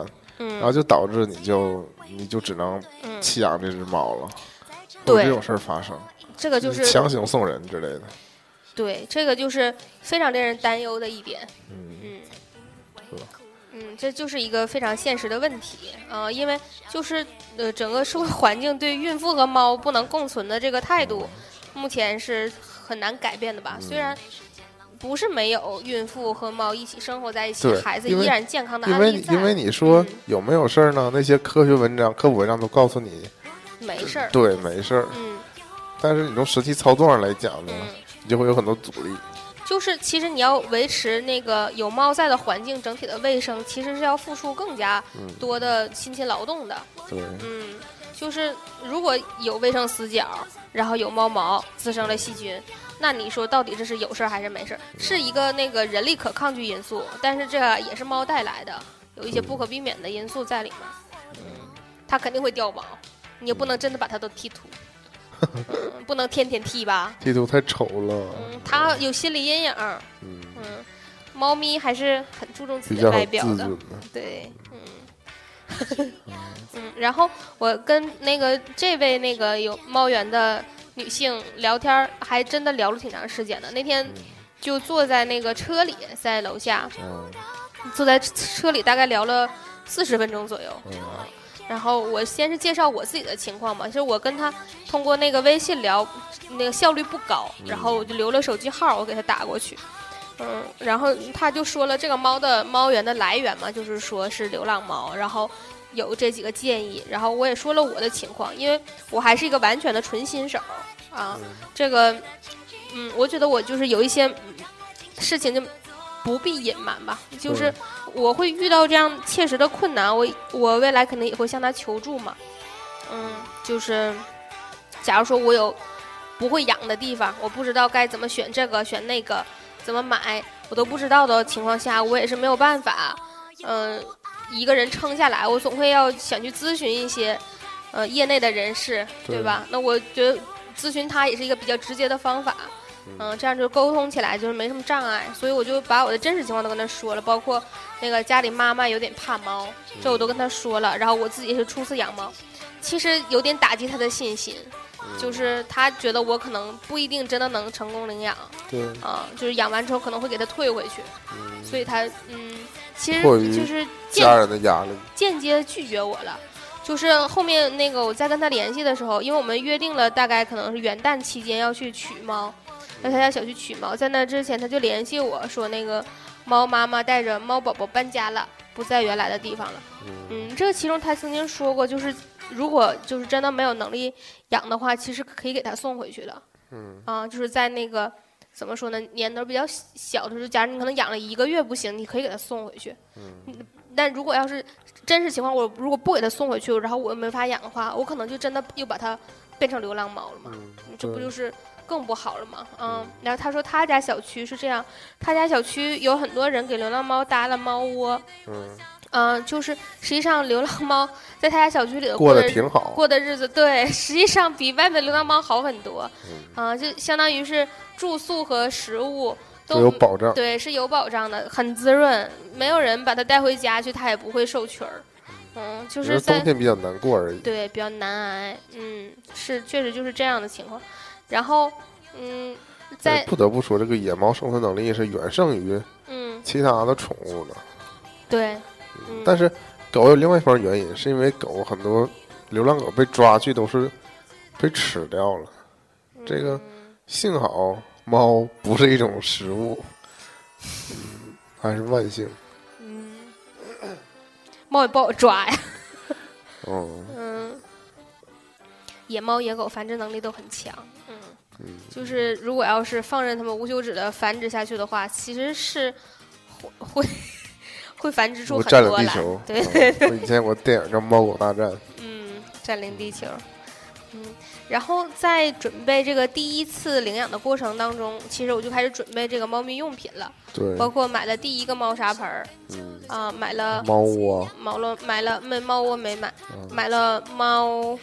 Speaker 1: 然后
Speaker 2: 嗯
Speaker 1: 就导致你就你就只能
Speaker 2: 嗯，
Speaker 1: 弃养这只猫了，会有
Speaker 2: 对
Speaker 1: 这种事儿发生，
Speaker 2: 这个就是
Speaker 1: 强行送人之类的。
Speaker 2: 对，这个就是非常令人担忧的一点。
Speaker 1: 嗯
Speaker 2: 嗯
Speaker 1: 是吧，
Speaker 2: 嗯，这就是一个非常现实的问题啊、呃因为就是呃，整个社会环境对孕妇和猫不能共存的这个态度，目前是很难改变的吧？虽然不是没有孕妇和猫一起生活在一起，
Speaker 1: 对
Speaker 2: 孩子
Speaker 1: 因
Speaker 2: 依
Speaker 1: 为
Speaker 2: 然健康的
Speaker 1: 因
Speaker 2: 案
Speaker 1: 为
Speaker 2: 例在，
Speaker 1: 因为你说
Speaker 2: 嗯
Speaker 1: 有没有事儿呢？那些科学文章、科普文章都告诉你，
Speaker 2: 没事儿。
Speaker 1: 对，没事儿。
Speaker 2: 嗯
Speaker 1: 但是你从实际操作上来讲呢，
Speaker 2: 嗯，
Speaker 1: 你就会有很多阻力。
Speaker 2: 就是其实你要维持那个有猫在的环境整体的卫生，其实是要付出更加
Speaker 1: 嗯，
Speaker 2: 多的辛勤劳动的。
Speaker 1: 对，
Speaker 2: 嗯，就是如果有卫生死角，然后有猫毛滋生了细菌，那你说到底这是有事儿还是没事儿？是一个那个人力可抗拒因素，但是这也是猫带来的，有一些不可避免的因素在里面。它肯定会掉毛，你也不能真的把它都剃秃，嗯不能天天剃吧？
Speaker 1: 地图太丑了。
Speaker 2: 嗯，它有心理阴影儿。
Speaker 1: 嗯，
Speaker 2: 嗯，猫咪还是很注重自
Speaker 1: 比
Speaker 2: 己的
Speaker 1: 较
Speaker 2: 外
Speaker 1: 有
Speaker 2: 表
Speaker 1: 自
Speaker 2: 的
Speaker 1: 尊。的。
Speaker 2: 对，嗯， 嗯，然后我跟那个这位那个有猫园的女性聊天儿，还真的聊了挺长时间的。那天就坐在那个车里，在楼下
Speaker 1: 嗯
Speaker 2: 坐在车里，大概聊了四十分钟左右。
Speaker 1: 嗯
Speaker 2: 然后我先是介绍我自己的情况嘛，就是我跟他通过那个微信聊，那个效率不高，然后我就留了手机号，我给他打过去。嗯，然后他就说了这个猫的猫源的来源嘛，就是说是流浪猫，然后有这几个建议，然后我也说了我的情况，因为我还是一个完全的纯新手啊，这个，嗯，我觉得我就是有一些嗯事情就不必隐瞒吧，就是我会遇到这样切实的困难，我我未来可能也会向他求助嘛，嗯，就是假如说我有不会养的地方，我不知道该怎么选这个选那个，怎么买我都不知道的情况下，我也是没有办法，嗯、一个人撑下来，我总会要想去咨询一些，呃，业内的人士，对
Speaker 1: 对
Speaker 2: 吧？那我觉得咨询他也是一个比较直接的方法，嗯、这样就沟通起来就是没什么障碍，所以我就把我的真实情况都跟他说了，包括那个家里妈妈有点怕猫，这我都跟他说了，然后我自己也是初次养猫，其实有点打击他的信心，
Speaker 1: 嗯
Speaker 2: 就是他觉得我可能不一定真的能成功领养。
Speaker 1: 对，
Speaker 2: 啊，就是养完之后可能会给它退回去，
Speaker 1: 嗯
Speaker 2: 所以它嗯，其实
Speaker 1: 迫于
Speaker 2: 就是
Speaker 1: 家
Speaker 2: 间
Speaker 1: 人的压力，
Speaker 2: 间接拒绝我了。就是后面那个我再跟他联系的时候，因为我们约定了大概可能是元旦期间要去取猫，在他家小区取猫，在那之前他就联系我说那个，猫妈妈带着猫宝宝搬家了，不在原来的地方了。嗯，这其中他曾经说过，就是如果就是真的没有能力养的话，其实可以给它送回去的。
Speaker 1: 嗯，
Speaker 2: 啊，就是在那个怎么说呢，年头比较小小的时候，假如你可能养了一个月不行，你可以给它送回去。嗯，但如果要是真实情况，我如果不给它送回去，然后我又没法养的话，我可能就真的又把它变成流浪猫了嘛。
Speaker 1: 嗯
Speaker 2: 这不
Speaker 3: 对
Speaker 2: 就是更不好了吗？嗯，然后他说他家小区是这样，他家小区有很多人给流浪猫搭了猫窝，
Speaker 1: 嗯，
Speaker 2: 嗯，就是实际上流浪猫在他家小区里头
Speaker 1: 过
Speaker 2: 的
Speaker 1: 得挺好。
Speaker 2: 呃过的日子，对，实际上比外面流浪猫好很多，
Speaker 1: 嗯，
Speaker 2: 嗯，就相当于是住宿和食物
Speaker 1: 都
Speaker 2: 都
Speaker 1: 有保障。
Speaker 2: 对，是有保障的，很滋润，没有人把它带回家去，它也不会受群儿，嗯，就
Speaker 1: 只
Speaker 2: 是
Speaker 1: 是
Speaker 2: 在
Speaker 1: 冬天比较难过而已。
Speaker 2: 对，比较难挨。嗯，是，确实就是这样的情况。然后，嗯，
Speaker 1: 哎
Speaker 2: 在
Speaker 1: 不得不说，这个野猫生存能力是远胜于
Speaker 2: 嗯，
Speaker 1: 其他的宠物的。
Speaker 2: 对，嗯，
Speaker 1: 但是狗有另外一方原因，是因为狗很多流浪狗被抓去都是被吃掉了。
Speaker 2: 嗯
Speaker 1: 这个幸好猫不是一种食物，嗯，还是万幸。
Speaker 2: 嗯，猫也不好抓呀。
Speaker 1: 嗯
Speaker 2: 嗯，野猫野狗繁殖能力都很强。嗯，
Speaker 1: 嗯，
Speaker 2: 就是如果要是放任它们无休止的繁殖下去的话，其实是会会 会繁殖出
Speaker 1: 我
Speaker 2: 很
Speaker 1: 占领
Speaker 2: 多
Speaker 1: 地
Speaker 2: 来。
Speaker 1: 球。
Speaker 2: 对
Speaker 1: 嗯我以前有个电影叫《猫狗大战》，
Speaker 2: 嗯，占领地球。嗯，然后在准备这个第一次领养的过程当中，其实我就开始准备这个猫咪用品了，
Speaker 1: 对，
Speaker 2: 包括买了第一个猫砂盆儿，
Speaker 1: 嗯，
Speaker 2: 啊、买了
Speaker 1: 猫窝，
Speaker 2: 猫了，买了没猫窝没买，
Speaker 1: 嗯
Speaker 2: 买了猫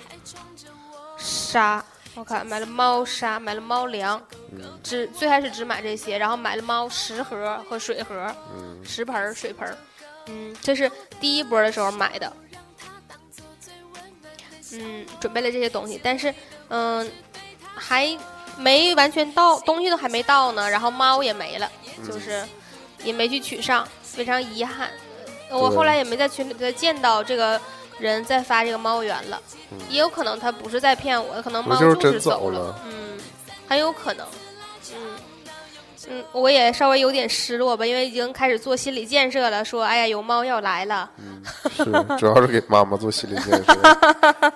Speaker 2: 砂，我看买了猫砂，买了猫粮，
Speaker 1: 嗯
Speaker 2: 只最开始只买这些，然后买了猫食盒和水盒，
Speaker 1: 嗯
Speaker 2: 食盆儿、水盆儿，嗯，这是第一波的时候买的，嗯，准备了这些东西，但是嗯，还没完全到，东西都还没到呢，然后猫也没了，
Speaker 1: 嗯
Speaker 2: 就是也没去取上，非常遗憾。呃我
Speaker 1: 对
Speaker 2: 后来也没在群里再见到这个人再发这个猫源了，也有可能他不是在骗我，可能
Speaker 1: 那
Speaker 2: 猫
Speaker 1: 嗯就是
Speaker 2: 是
Speaker 1: 真
Speaker 2: 走
Speaker 1: 走
Speaker 2: 了
Speaker 1: 了，
Speaker 2: 嗯，很有可能，嗯。嗯，我也稍微有点失落吧，因为已经开始做心理建设了，说哎呀有猫要来了，
Speaker 1: 嗯，是，主要是给妈妈做心理建设，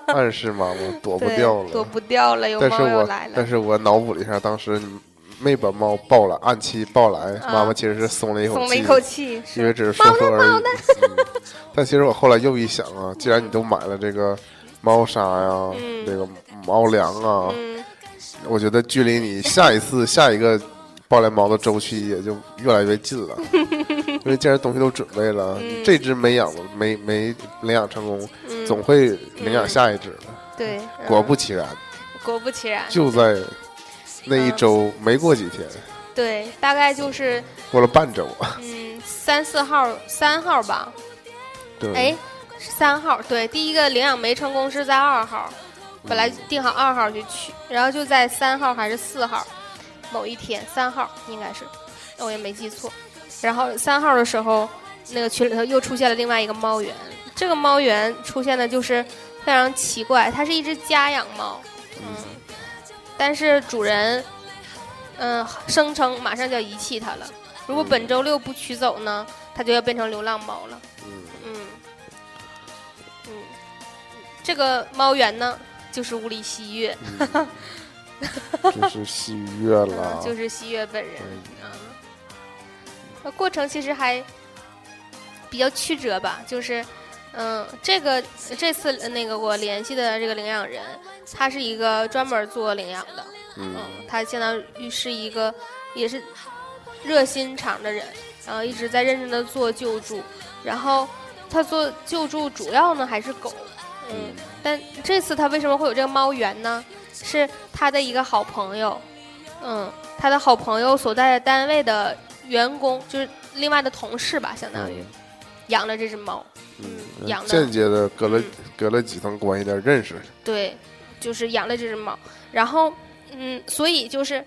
Speaker 1: 暗示妈妈躲不
Speaker 2: 对
Speaker 1: 掉了，
Speaker 2: 躲不掉了，有
Speaker 1: 但是
Speaker 2: 猫要
Speaker 1: 我
Speaker 2: 来了
Speaker 1: 但。是我脑补了一下，当时你没把猫抱来，按期抱来，
Speaker 2: 啊
Speaker 1: 妈妈其实是松了一口气，
Speaker 2: 松了一口气，
Speaker 1: 因为
Speaker 2: 是
Speaker 1: 只是说说而已。嗯但其实我后来又一想啊，既然你都买了这个猫砂呀、
Speaker 2: 嗯
Speaker 1: 这个猫粮啊，
Speaker 2: 嗯，
Speaker 1: 我觉得距离你下一次下一个抱来猫的周期也就越来越近 了。因为既然东西都准备了，
Speaker 2: 嗯
Speaker 1: 这只没养没没领养成功，
Speaker 2: 嗯
Speaker 1: 总会领养
Speaker 2: 嗯
Speaker 1: 下一只的。
Speaker 2: 对，嗯
Speaker 1: 果不其然，
Speaker 2: 果不其然，
Speaker 1: 就在那
Speaker 2: 嗯
Speaker 1: 一周，没过几天，
Speaker 2: 对，大概就是
Speaker 1: 过了半周，啊
Speaker 2: 嗯三四号三号吧，
Speaker 1: 对，
Speaker 2: 哎，是三号，对，第一个领养没成功是在二号，本来定好二号就去，然后就在三号还是四号某一天，三号应该是，我也没记错。然后三号的时候，那个群里头又出现了另外一个猫源，这个猫源出现的就是非常奇怪，它是一只家养猫，嗯，但是主人，嗯、声称马上就要遗弃它了，如果本周六不取走呢，它就要变成流浪猫了。
Speaker 1: 嗯
Speaker 2: 嗯，嗯，这个猫源呢，就是屋里西月，
Speaker 1: 就是戏月了
Speaker 2: 嗯，，就是西月本人
Speaker 1: 嗯
Speaker 2: 啊。那过程其实还比较曲折吧，就是，嗯，这个这次那个我联系的这个领养人，他是一个专门做领养的，
Speaker 1: 嗯
Speaker 2: 嗯，他相当于是一个也是热心肠的人，然后一直在认真的做救助，然后他做救助主要呢还是狗，嗯，但这次他为什么会有这个猫源呢？是他的一个好朋友，嗯，他的好朋友所在的单位的员工，就是另外的同事吧，相当于养了这只猫，嗯，
Speaker 1: 嗯，
Speaker 2: 养了
Speaker 1: 间接的隔了
Speaker 2: 嗯
Speaker 1: 隔了几层关系的认识，
Speaker 2: 对，就是养了这只猫。然后，嗯，所以就是，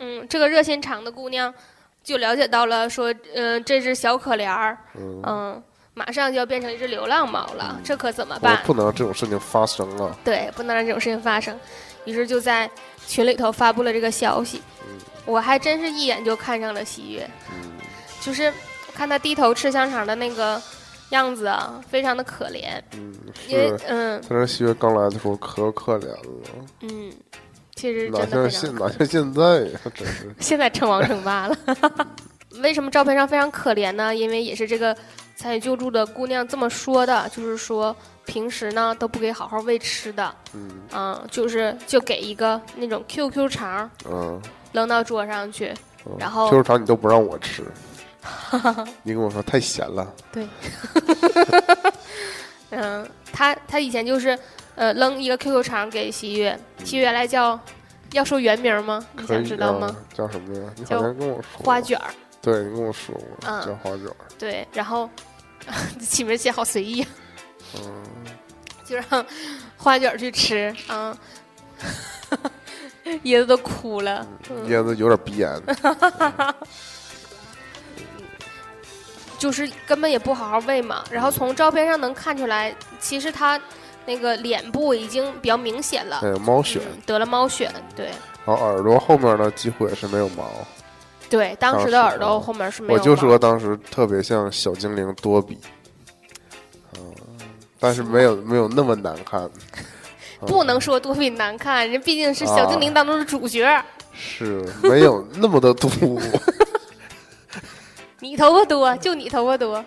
Speaker 2: 嗯，这个热心肠的姑娘就了解到了，说，嗯、这只小可怜儿，
Speaker 1: 嗯
Speaker 2: 嗯、，马上就要变成一只流浪猫了，这可怎么
Speaker 1: 我
Speaker 2: 办？
Speaker 1: 不能让这种事情发生啊，
Speaker 2: 对，不能让这种事情发生。于是就在群里头发
Speaker 1: 嗯
Speaker 2: 布了这个消息，我还真是一眼就看上了喜悦，
Speaker 1: 嗯
Speaker 2: 就是看它低头吃香肠的那个样子啊，非常的可怜。
Speaker 1: 嗯，
Speaker 2: 因为
Speaker 1: 是。
Speaker 2: 嗯
Speaker 1: 他这西月刚来的时候可可怜了，
Speaker 2: 嗯，其实
Speaker 1: 哪
Speaker 2: 真的
Speaker 1: 像
Speaker 2: 非
Speaker 1: 现
Speaker 2: 常
Speaker 1: 哪像现在呀，真是。
Speaker 2: 现在称王称霸 了。为什么照片上非常可怜呢？因为也是这个参与救助的姑娘这么说的，就是说平时呢都不给好好喂吃的，
Speaker 1: 嗯
Speaker 2: 嗯，就是就给一个那种 QQ 肠
Speaker 1: 嗯，
Speaker 2: 扔到桌上去，
Speaker 1: 嗯
Speaker 2: 然后
Speaker 1: 就是啥你都不让我 吃，你跟我说太咸了，
Speaker 2: 嗯，他他以前就是呃扔一个 QQ 肠给西月，西月原来叫要说原名吗？你
Speaker 1: 可
Speaker 2: 想
Speaker 1: 以
Speaker 2: 知道吗？
Speaker 1: 啊？叫什么呀？你
Speaker 2: 叫
Speaker 1: 好像跟我说
Speaker 2: 花
Speaker 1: 过，
Speaker 2: 卷儿，
Speaker 1: 对你跟我说过
Speaker 2: 嗯
Speaker 1: 叫花卷儿，
Speaker 2: 对，然后 起名起好随意啊，
Speaker 1: 嗯，
Speaker 2: 就让花卷儿去吃啊，椰子都哭了，嗯
Speaker 1: 椰子有点鼻 炎，
Speaker 2: 就是根本也不好好喂嘛。然后从照片上能看出来，其实他那个脸部已经比较明显了
Speaker 1: 还，有哎猫癣，
Speaker 2: 嗯、得了猫癣，对
Speaker 1: 然后耳朵后面呢几乎也是没有毛，
Speaker 2: 对，当时的
Speaker 1: 当时
Speaker 2: 耳朵
Speaker 1: 啊
Speaker 2: 后面是没有
Speaker 1: 我
Speaker 2: 毛，
Speaker 1: 就说当时特别像小精灵多比，嗯，但是没有没有那么难看，嗯
Speaker 2: 不能说多比难看，人毕竟是小
Speaker 1: 啊
Speaker 2: 精灵当中的主角。
Speaker 1: 是没 有那么的突兀，
Speaker 2: 你头发多，就你头发多。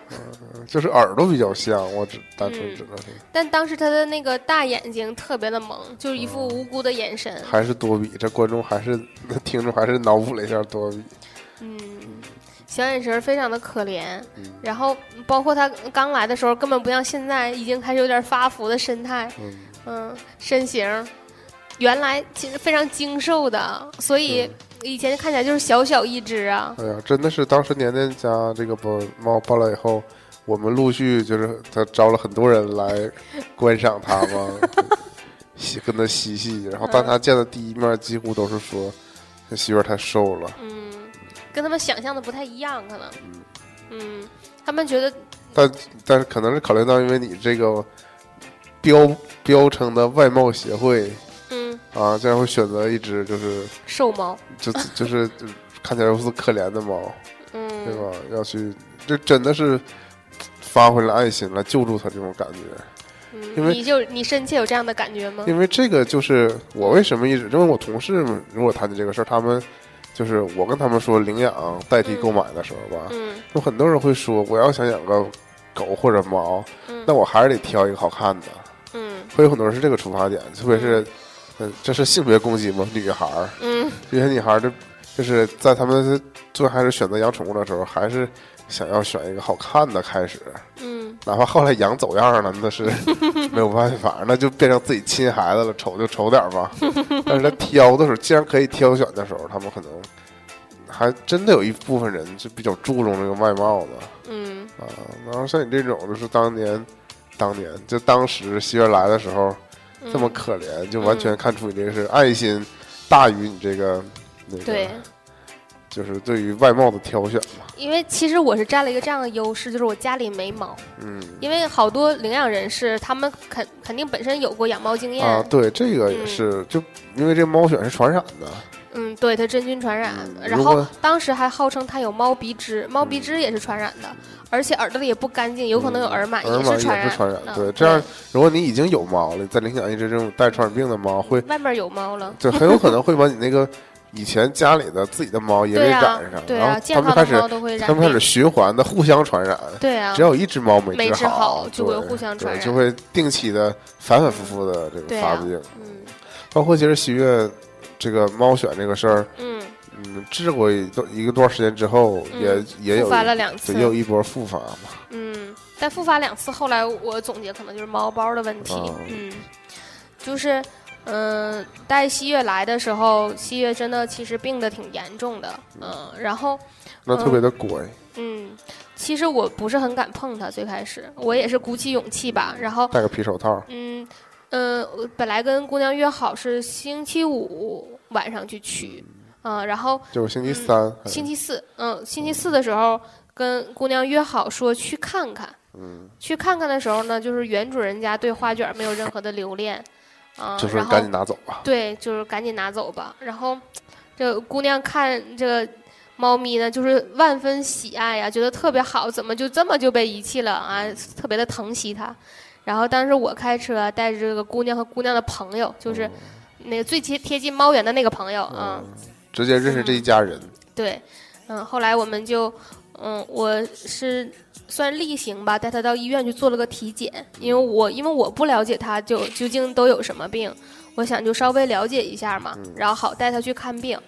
Speaker 1: 就是耳朵比较像，我只单纯
Speaker 2: 嗯
Speaker 1: 只能说
Speaker 2: 但当时他的那个大眼睛特别的萌，就是一副无辜的眼神。
Speaker 1: 还是多比，这观众还是听众还是脑补了一下多比，
Speaker 2: 嗯，小眼神非常的可怜。
Speaker 1: 嗯
Speaker 2: 然后包括他刚来的时候，根本不像现在已经开始有点发福的神态，
Speaker 1: 嗯，
Speaker 2: 嗯，身形。原来其实非常精瘦的，所以以前看起来就是小小一只啊。
Speaker 1: 哎呀，真的是当时年年家这个播猫搬来以后，我们陆续就是他招了很多人来观赏它嘛，嬉跟他嬉戏，然后大家见的第一面几乎都是说，这媳妇儿太瘦了，
Speaker 2: 嗯，跟他们想象的不太一样，可能。嗯，他们觉得
Speaker 1: 但但是可能是考虑到因为你这个标标称的外貌协会
Speaker 2: 嗯
Speaker 1: 啊，这样会选择一只就是
Speaker 2: 瘦猫，
Speaker 1: 就就是就是看起来如此可怜的猫。
Speaker 2: 嗯，
Speaker 1: 对吧？要去，这真的是发挥了爱心来救助他这种感觉。
Speaker 2: 嗯
Speaker 1: 因为
Speaker 2: 你就你深切有这样的感觉吗？
Speaker 1: 因为这个就是我为什么一直，因为我同事们如果谈起这个事儿，他们就是我跟他们说领养代替购买的时候吧，
Speaker 2: 嗯
Speaker 1: 有很多人会说我要想养个狗或者猫，
Speaker 2: 嗯
Speaker 1: 那我还是得挑一个好看的。
Speaker 2: 嗯
Speaker 1: 会有很多人是这个出发点，特别是，嗯，这是性别攻击吗？女孩儿，
Speaker 2: 嗯
Speaker 1: 这些女孩儿就就是在他们最开始选择养宠物的时候，还是想要选一个好看的开始。
Speaker 2: 嗯
Speaker 1: 哪怕后来羊走样了，那是没有办法，那就变成自己亲孩子了，丑就丑点儿吧。但是他挑的时候，既然可以挑选的时候，他们可能还真的有一部分人是比较注重这个外貌的
Speaker 2: 嗯
Speaker 1: 啊。然后像你这种，就是当年，当年就当时希月来的时候
Speaker 2: 嗯，
Speaker 1: 这么可怜，就完全看出你这个是爱心大于你这个那
Speaker 2: 对
Speaker 1: 个，，就是对于外貌的挑选嘛。
Speaker 2: 因为其实我是占了一个这样的优势，就是我家里没猫，
Speaker 1: 嗯。
Speaker 2: 因为好多领养人士他们肯肯定本身有过养猫经验，
Speaker 1: 啊，对，这个也
Speaker 2: 嗯
Speaker 1: 是，就因为这猫癣是传染的，
Speaker 2: 嗯，对，它真菌传染，
Speaker 1: 嗯
Speaker 2: 然
Speaker 1: 如
Speaker 2: 后
Speaker 1: 果
Speaker 2: 当时还号称它有猫鼻支，猫鼻支也是传染的，而且耳朵里也不干净，有可能有耳螨，
Speaker 1: 嗯耳螨也
Speaker 2: 传染，
Speaker 1: 传染
Speaker 2: 嗯。
Speaker 1: 对，这样如果你已经有猫了，再领养一只这种带传染病的猫，会
Speaker 2: 外面有猫了，
Speaker 1: 就很有可能会把你那个以前家里的自己的猫也给
Speaker 2: 对啊
Speaker 1: 染上，，
Speaker 2: 对
Speaker 1: 然
Speaker 2: 啊，
Speaker 1: 后
Speaker 2: 健
Speaker 1: 他们
Speaker 2: 康
Speaker 1: 开
Speaker 2: 的
Speaker 1: 始
Speaker 2: 猫都会染
Speaker 1: 他们开始
Speaker 2: 病
Speaker 1: 循环的互相传染，
Speaker 2: 对啊
Speaker 1: 只，要有一只猫没
Speaker 2: 没治
Speaker 1: 好
Speaker 2: 好，就会互相
Speaker 1: 对
Speaker 2: 传染
Speaker 1: 就会定期的反反复复的这
Speaker 2: 对
Speaker 1: 个
Speaker 2: 啊
Speaker 1: 发病，
Speaker 2: 嗯
Speaker 1: 包括其实喜悦这个猫癣这个事儿，
Speaker 2: 嗯，
Speaker 1: 嗯，治过一段一个段时间之后，也
Speaker 2: 嗯
Speaker 1: 也有
Speaker 2: 复发了两次
Speaker 1: 对也有一波复发嘛。
Speaker 2: 嗯，但复发两次，后来我总结可能就是猫包的问题。
Speaker 1: 哦
Speaker 2: 嗯，就是，嗯、带西月来的时候，西月真的其实病的挺严重的。嗯、然后，
Speaker 1: 那特别的乖，
Speaker 2: 嗯，其实我不是很敢碰它，最开始我也是鼓起勇气吧。然后，
Speaker 1: 戴个皮手套，
Speaker 2: 嗯，嗯、我本来跟姑娘约好是星期五晚上去取，嗯、然后
Speaker 1: 就是星期三，还是
Speaker 2: 星期四，嗯，星期四的时候跟姑娘约好说去看看。
Speaker 1: 嗯，
Speaker 2: 去看看的时候呢，就是原主人家对花卷儿没有任何的留恋，啊、
Speaker 1: 就是
Speaker 2: 然后
Speaker 1: 赶紧拿走吧。
Speaker 2: 对，就是赶紧拿走吧。然后这个姑娘看这个猫咪呢，就是万分喜爱呀、觉得特别好，怎么就这么就被遗弃了啊？特别的疼惜它。然后当时我开车带着这个姑娘和姑娘的朋友，
Speaker 1: 哦
Speaker 2: 就是那个最贴贴近猫源的那个朋友
Speaker 1: 嗯
Speaker 2: 啊、
Speaker 1: 直接认识
Speaker 2: 嗯
Speaker 1: 这一家人，
Speaker 2: 对，嗯，后来我们就，嗯，我是算例行吧，带他到医院去做了个体检，因为我因为我不了解他就究竟都有什么病，我想就稍微了解一下嘛，然后好带他去看病。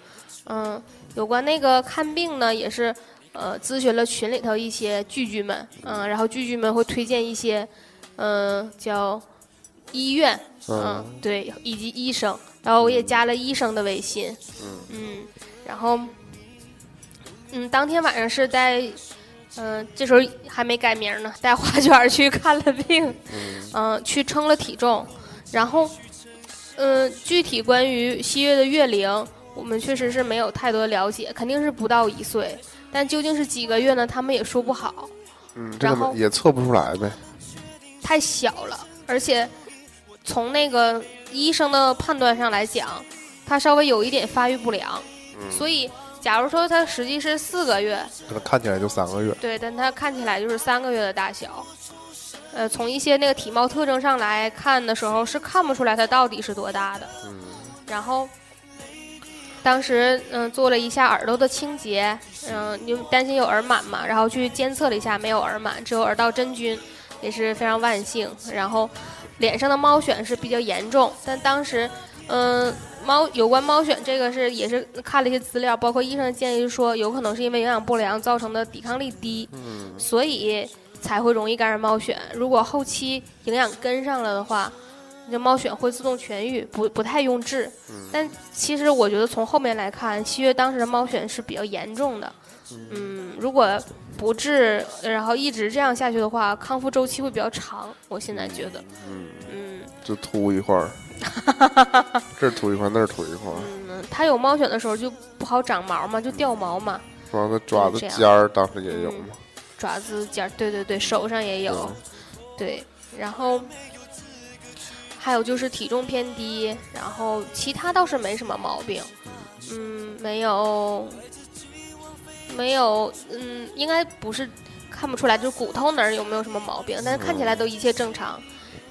Speaker 2: 嗯，有关那个看病呢，也是呃咨询了群里头一些剧剧们，嗯，然后剧剧们会推荐一些，嗯、叫医院，嗯，对，以及医生，然后我也加了医生的微信，嗯，然后，嗯，当天晚上是带，嗯、这时候还没改名呢，带花 卷儿去看了病，嗯、去称了体重，然后，嗯、具体关于西月的月龄，我们确实是没有太多了解，肯定是不到一岁，但究竟是几个月呢？他们也说不好，
Speaker 1: 嗯，这
Speaker 2: 然后
Speaker 1: 个也测不出来呗，
Speaker 2: 太小了，而且从那个医生的判断上来讲，他稍微有一点发育不良，
Speaker 1: 嗯
Speaker 2: 所以假如说他实际是四个月，
Speaker 1: 可能看起来就三个月，
Speaker 2: 对，但它看起来就是三个月的大小。呃，从一些那个体貌特征上来看的时候，是看不出来它到底是多大的。
Speaker 1: 嗯
Speaker 2: 然后，当时嗯、做了一下耳朵的清洁，嗯、因为担心有耳螨嘛，然后去监测了一下，没有耳螨，只有耳道真菌，也是非常万幸。然后，脸上的猫癣是比较严重，但当时嗯、猫有关猫癣这个是也是看了一些资料，包括医生的建议说，有可能是因为营养不良造成的抵抗力低，
Speaker 1: 嗯，
Speaker 2: 所以才会容易感染猫癣。如果后期营养跟上了的话，你这猫癣会自动痊愈，不不太用治。
Speaker 1: 嗯
Speaker 2: 但其实我觉得从后面来看，西月当时的猫癣是比较严重的。嗯，如果不治，然后一直这样下去的话，康复周期会比较长。我现在觉得，嗯
Speaker 1: 就秃一块 儿，这儿秃一块儿，那儿秃一块儿，
Speaker 2: 嗯，它有猫癣的时候就不好长毛嘛，就掉毛嘛，
Speaker 1: 完了爪子
Speaker 2: 这样
Speaker 1: 尖儿当时也有嘛，
Speaker 2: 爪子尖儿，对对对，手上也有。
Speaker 1: 嗯
Speaker 2: 对，然后还有就是体重偏低，然后其他倒是没什么毛病，嗯，没有，没有，嗯，应该不是看不出来，就是骨头哪儿有没有什么毛病，但是看起来都一切正常。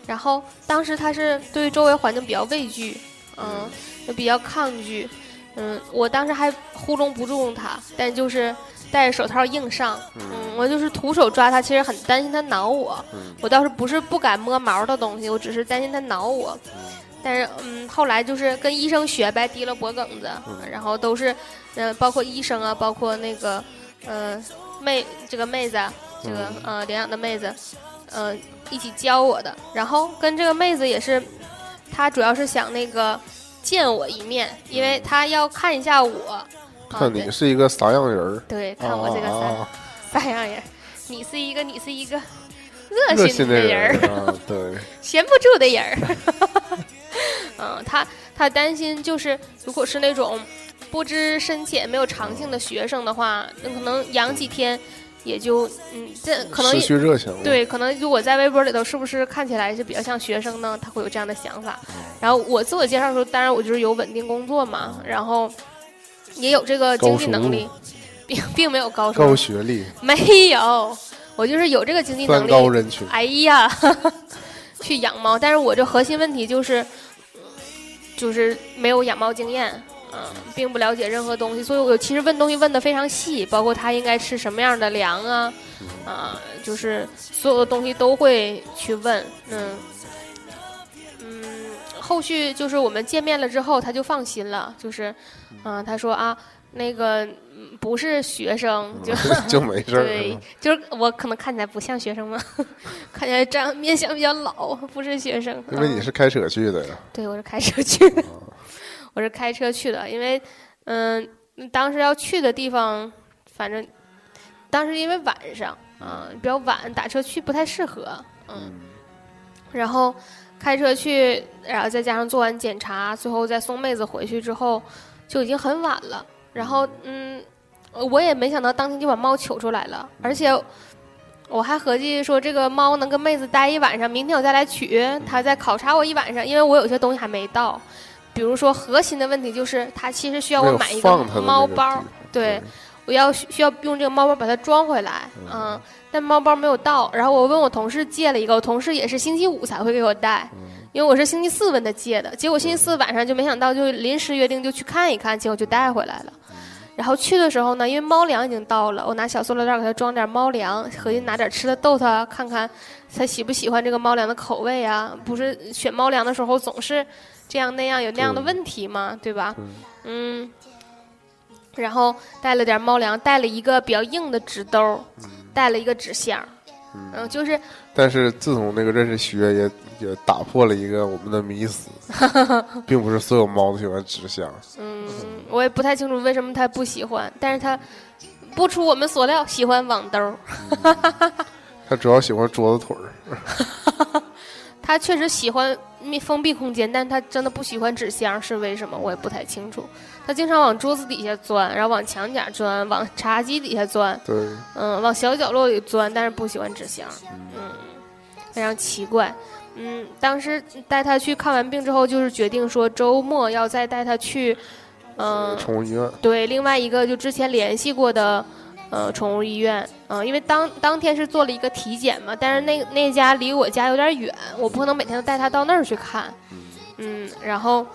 Speaker 2: 然后当时他是对周围环境比较畏惧，嗯，就比较抗拒，嗯，我当时还糊弄不住他，但就是戴着手套硬上，嗯，我就是徒手抓它，其实很担心它挠我。
Speaker 1: 嗯
Speaker 2: 我倒是不是不敢摸毛的东西，我只是担心它挠我。但是，嗯，后来就是跟医生学呗，提了脖梗子，然后都是，嗯、包括医生啊，包括那个，呃，妹这个妹子啊，这个、
Speaker 1: 嗯
Speaker 2: 呃领养的妹子，呃，一起教我的。然后跟这个妹子也是，她主要是想那个见我一面，因为她要看一下我。啊
Speaker 1: 嗯看你是一个啥样人儿，
Speaker 2: 对，对看我这个三
Speaker 1: 啊
Speaker 2: 三样人，你是一个，你是一个
Speaker 1: 啊
Speaker 2: 恶
Speaker 1: 热
Speaker 2: 心
Speaker 1: 心
Speaker 2: 的
Speaker 1: 的
Speaker 2: 人儿，
Speaker 1: 人儿啊，对，
Speaker 2: 闲不住的人儿。 嗯，他他担心就是，如果是那种不知深浅、没有长性的学生的话，那可能养几天也就嗯，这 可能
Speaker 1: 失去热情了，
Speaker 2: 对，可能如果在微博里头，是不是看起来是比较像学生呢？他会有这样的想法。
Speaker 1: 哦
Speaker 2: 然后我自我介绍的时候，当然我就是有稳定工作嘛，然后也有这个经
Speaker 1: 高
Speaker 2: 济
Speaker 1: 收
Speaker 2: 能
Speaker 1: 入
Speaker 2: 力，并并没有高收入
Speaker 1: 高，学历，
Speaker 2: 没有，我就是有这个经济能
Speaker 1: 三
Speaker 2: 力。
Speaker 1: 高人群，
Speaker 2: 哎呀， 去养猫，但是我这核心问题就是，嗯就是没有养猫经验，嗯、并不了解任何东西，所以我其实问东西问的非常细，包括它应该吃什么样的粮啊，啊、就是所有的东西都会去问，嗯，嗯，后续就是我们见面了之后，他就放心了，就是，嗯、他说啊，那个嗯不是学生，就
Speaker 1: 就没事儿
Speaker 2: 对
Speaker 1: 了，，
Speaker 2: 就是我可能看起来不像学生嘛， 看起来这样面相比较老，不是学生。
Speaker 1: 因为你
Speaker 2: 嗯、
Speaker 1: 是哦开车去的呀，
Speaker 2: 对我是开车去的， 我是开车去的，因为嗯、当时要去的地方，反正当时因为晚上
Speaker 1: 嗯
Speaker 2: 啊、比较晚，打车去不太适合，嗯，然后开车去，然后再加上做完检查，最后再送妹子回去之后，就已经很晚了。然后嗯，我也没想到当天就把猫取出来
Speaker 1: 嗯
Speaker 2: 了，而且我还合计说这个猫能跟妹子待一晚上，明天我再来取，
Speaker 1: 嗯
Speaker 2: 它再考察我一晚上，因为我有些东西还没到，比如说核心的问题就是它其实需要
Speaker 1: 没
Speaker 2: 我
Speaker 1: 有
Speaker 2: 买一
Speaker 1: 放它的那
Speaker 2: 猫
Speaker 1: 个
Speaker 2: 包
Speaker 1: 地，
Speaker 2: 对。我要需需要用这个猫包把它装回来，嗯，但猫包没有到，然后我问我同事借了一个，我同事也是星期五才会给我带，因为我是星期四问他借的，结果星期四晚上就没想到就临时约定就去看一看，结果就带回来了。然后去的时候呢，因为猫粮已经到了，我拿小塑料袋给它装点猫粮，合计拿点吃的逗它，看看它喜不喜欢这个猫粮的口味啊。不是选猫粮的时候总是这样那样有那样的问题嘛，对吧？嗯。然后带了点猫粮，带了一个比较硬的纸兜，带了一个纸箱，嗯，就是
Speaker 1: 但是自从那个认识薛，也也打破了一个我们的迷 思，并不是所有猫都喜欢纸箱。
Speaker 2: 嗯，我也不太清楚为什么它不喜欢，但是它不出我们所料喜欢网兜儿，
Speaker 1: 它主要喜欢桌子腿儿。
Speaker 2: 它确实喜欢密封闭空间，但它真的不喜欢纸箱，是为什么？我也不太清楚。它经常往桌子底下钻，然后往墙角钻，往茶几底下钻，
Speaker 1: 对，
Speaker 2: 嗯，往小角落里钻，但是不喜欢纸箱，嗯，非常奇怪。嗯，当时带他去看完病之后，就是决定说周末要再带他去，嗯、
Speaker 1: 宠物医院。
Speaker 2: 对，另外一个就之前联系过的，呃，宠物医院，嗯、因为当当天是做了一个体检嘛，但是那那家离我家有点远，我不可能每天都带它到那儿去看，嗯，然后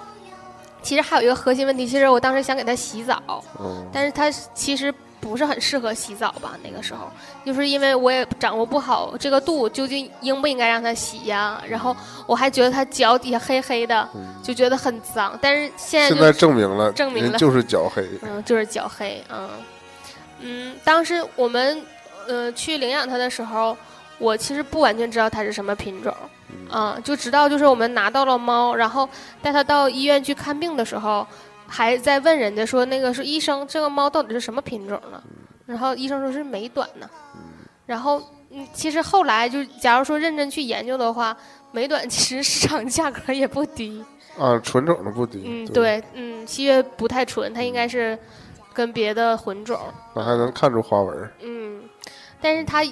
Speaker 2: 其实还有一个核心问题，其实我当时想给它洗澡，
Speaker 1: 嗯，
Speaker 2: 但是它其实不是很适合洗澡吧？那个时候，就是因为我也掌握不好这个度，究竟应不应该让它洗呀、然后我还觉得它脚底下黑黑的，就觉得很脏，但是现在就
Speaker 1: 现在证明了，
Speaker 2: 证明了
Speaker 1: 人就是脚黑。
Speaker 2: 嗯，就是脚黑，嗯，嗯，当时我们呃去领养它的时候，我其实不完全知道它是什么品种，嗯，就直到就是我们拿到了猫，然后带它到医院去看病的时候，还在问人家说那个是医生，这个猫到底是什么品种呢？然后医生说是美短呢，然后嗯，其实后来就是假如说认真去研究的话，美短 其实市场价格也不低，
Speaker 1: 啊，纯种的不低。
Speaker 2: 嗯，，对，嗯，七月不太纯，它应该是跟别的混种，
Speaker 1: 那还能看出花纹儿。
Speaker 2: 嗯，但是它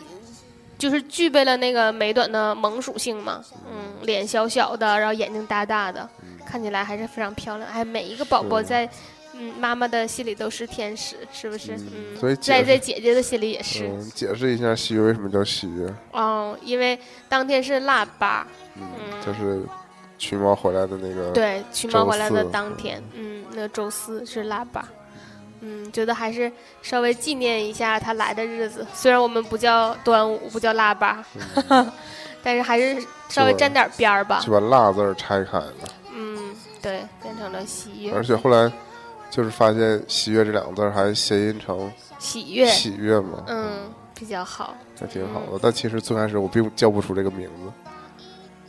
Speaker 2: 就是具备了那个美短的萌属性嘛，嗯，脸小小的，然后眼睛大大的，看起来还是非常漂亮。哎，每一个宝宝
Speaker 1: 是
Speaker 2: 在嗯妈妈的心里都是天使，是不是？嗯，
Speaker 1: 所以解
Speaker 2: 在
Speaker 1: 释
Speaker 2: 在姐姐的心里也是。
Speaker 1: 嗯，解释一下西为什么叫西，
Speaker 2: 哦，因为当天是腊八，
Speaker 1: 就是取猫回来的那个。，
Speaker 2: 嗯对，取猫
Speaker 1: 周
Speaker 2: 回来的
Speaker 1: 四
Speaker 2: 当天，嗯，那周四是腊八，嗯，觉得还是稍微纪念一下他来的日子。虽然我们不叫端午，不叫腊八， 但是还是稍微
Speaker 1: 是
Speaker 2: 沾点边儿吧
Speaker 1: 就。把“辣”字儿拆开了。
Speaker 2: 嗯，对，变成了喜悦，
Speaker 1: 而且后来就是发现“喜悦”这两个字儿还谐音成
Speaker 2: 喜
Speaker 1: “
Speaker 2: 悦，
Speaker 1: 喜悦”嘛，
Speaker 2: 嗯，比较好，
Speaker 1: 那挺好的。但其实最开始我并叫不出这个名字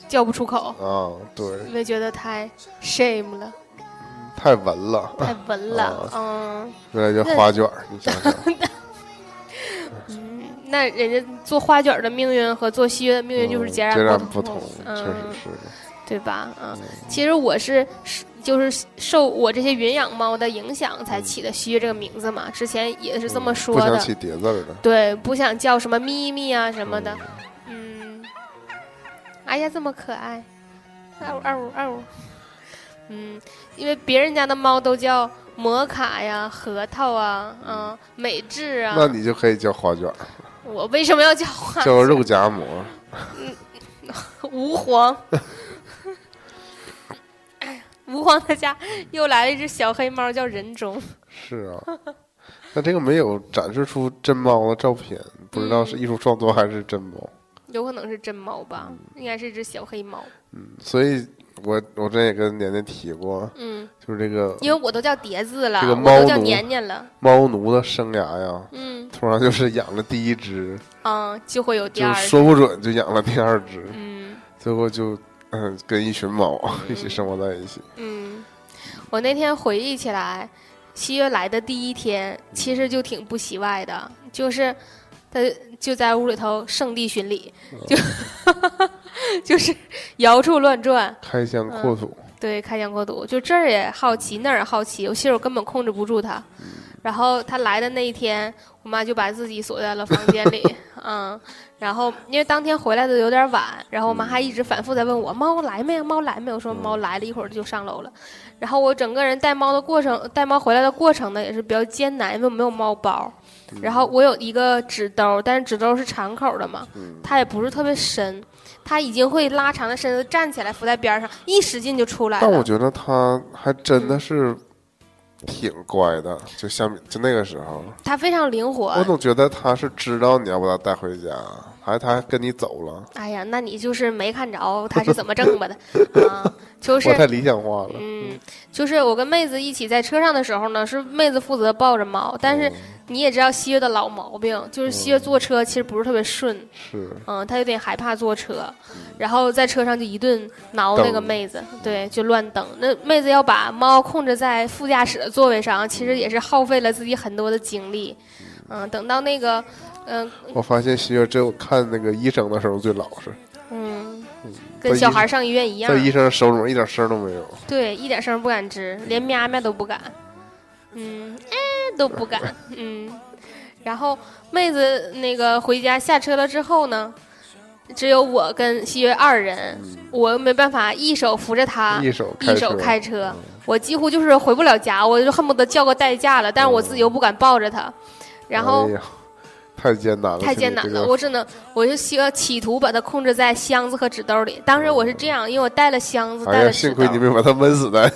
Speaker 2: 叫不出口，
Speaker 1: 啊，对，
Speaker 2: 因为觉得太 shame 了，嗯
Speaker 1: 太文了，
Speaker 2: 太文
Speaker 1: 啊
Speaker 2: 了，嗯。
Speaker 1: 原来叫花卷儿，你想 想，
Speaker 2: 那人家做花卷儿的命运和做喜悦的命运就是
Speaker 1: 嗯
Speaker 2: 截
Speaker 1: 截然
Speaker 2: 然
Speaker 1: 不同，确
Speaker 2: 嗯
Speaker 1: 实是。
Speaker 2: 对吧？啊，
Speaker 1: 嗯
Speaker 2: 其实我是是就是受我这些云养猫的影响才起的“西域”这个名字嘛，之前也是这么说
Speaker 1: 嗯不想
Speaker 2: 的。
Speaker 1: 起叠字儿的，
Speaker 2: 对，不想叫什么咪咪啊什么的。嗯，哎呀，这么可爱，嗷呜嗷呜嗷呜。嗯，因为别人家的猫都叫摩卡呀、核桃啊、嗯、美制啊，
Speaker 1: 那你就可以叫花卷儿，
Speaker 2: 我为什么要叫花啊
Speaker 1: 叫肉夹馍，
Speaker 2: 吾皇。哎吾皇他家又来了一只小黑猫，叫人中。
Speaker 1: 是啊。那这个没有展示出真猫的照片，不知道
Speaker 2: 嗯
Speaker 1: 是艺术创作还是真猫。
Speaker 2: 有可能是真猫吧，应该是一只小黑猫。
Speaker 1: 所以我我之前也跟年年提过，
Speaker 2: 嗯，
Speaker 1: 就是这个
Speaker 2: 因为我都叫碟子了，
Speaker 1: 这个
Speaker 2: 我
Speaker 1: 猫
Speaker 2: 都叫
Speaker 1: 奴
Speaker 2: 年年了。
Speaker 1: 猫奴的生涯呀，
Speaker 2: 嗯
Speaker 1: 通常就是养了第一只，
Speaker 2: 嗯，就会有第
Speaker 1: 就
Speaker 2: 二
Speaker 1: 是
Speaker 2: 只。
Speaker 1: 说不准就养了第二只，
Speaker 2: 嗯
Speaker 1: 最后就嗯跟一群猫 一起生活在一起。
Speaker 2: 嗯，我那天回忆起来，七月来的第一天，其实就挺不喜外的，就是他就在屋里头圣地巡礼，就、 就是摇处乱转。
Speaker 1: 开疆
Speaker 2: 嗯
Speaker 1: 扩土，
Speaker 2: 对，开疆扩土，就这儿也好奇，那儿也好奇，我其实我根本控制不住它。然后他来的那一天，我妈就把自己锁在了房间 里，嗯，然后因为当天回来的有点晚，然后我妈还一直反复在问我猫来没有，猫来没有，我
Speaker 1: 嗯
Speaker 2: 说猫来了一会儿就上楼了，然后我整个人带猫的过程，带猫回来的过程呢也是比较艰难，因为我没有猫包，然后我有一个纸兜，但是纸兜是敞口的嘛，
Speaker 1: 嗯
Speaker 2: 它也不是特别深，它已经会拉长了身子站起来扶在边上，一使劲就出来
Speaker 1: 但我
Speaker 2: 了。
Speaker 1: 觉得他还真的是挺乖的，就相比就那个时候，
Speaker 2: 它非常灵活
Speaker 1: 我，总觉得他是知道你要把他带回家，还他还跟你走了，
Speaker 2: 哎呀，那你就是没看着他是怎么挣吧的啊，就是
Speaker 1: 我太理想化了。
Speaker 2: 嗯，就是我跟妹子一起在车上的时候呢，是妹子负责抱着猫，但是你也知道西月的老毛病，就是西月坐车其实不是特别顺，
Speaker 1: 是，
Speaker 2: 嗯，她有点害怕坐车，然后在车上就一顿挠那个
Speaker 1: 蹬
Speaker 2: 妹子，对，就乱蹬。那妹子要把猫控制在副驾驶的座位上，其实也是耗费了自己很多的精力，嗯，等到那个，嗯、
Speaker 1: 我发现希月只有看那个医生的时候最老实，
Speaker 2: 嗯，
Speaker 1: 在
Speaker 2: 跟
Speaker 1: 医
Speaker 2: 小孩上医院一样啊
Speaker 1: 在，医生手里面一点声都没有。
Speaker 2: 对，一点声儿不敢吱，连喵喵都不敢，嗯，哎都 不敢，嗯。然后妹子那个回家下车了之后呢，只有我跟西月二人，我又没办法一手扶着她，
Speaker 1: 嗯一嗯手
Speaker 2: 啊一手开车，我几乎就是回不了家，我就恨不得叫个代驾了，但是我自己又不敢抱着她，然后
Speaker 1: 嗯哎。呀太艰难了，
Speaker 2: 太
Speaker 1: 兄弟
Speaker 2: 艰难
Speaker 1: 这
Speaker 2: 了，
Speaker 1: 个
Speaker 2: 我只能，我就希望企图把它控制在箱子和纸兜里。当时我是这样，因为我带了箱子，带
Speaker 1: 哎呀，
Speaker 2: 了纸
Speaker 1: 幸
Speaker 2: 兜
Speaker 1: 亏。你没把他闷死 在。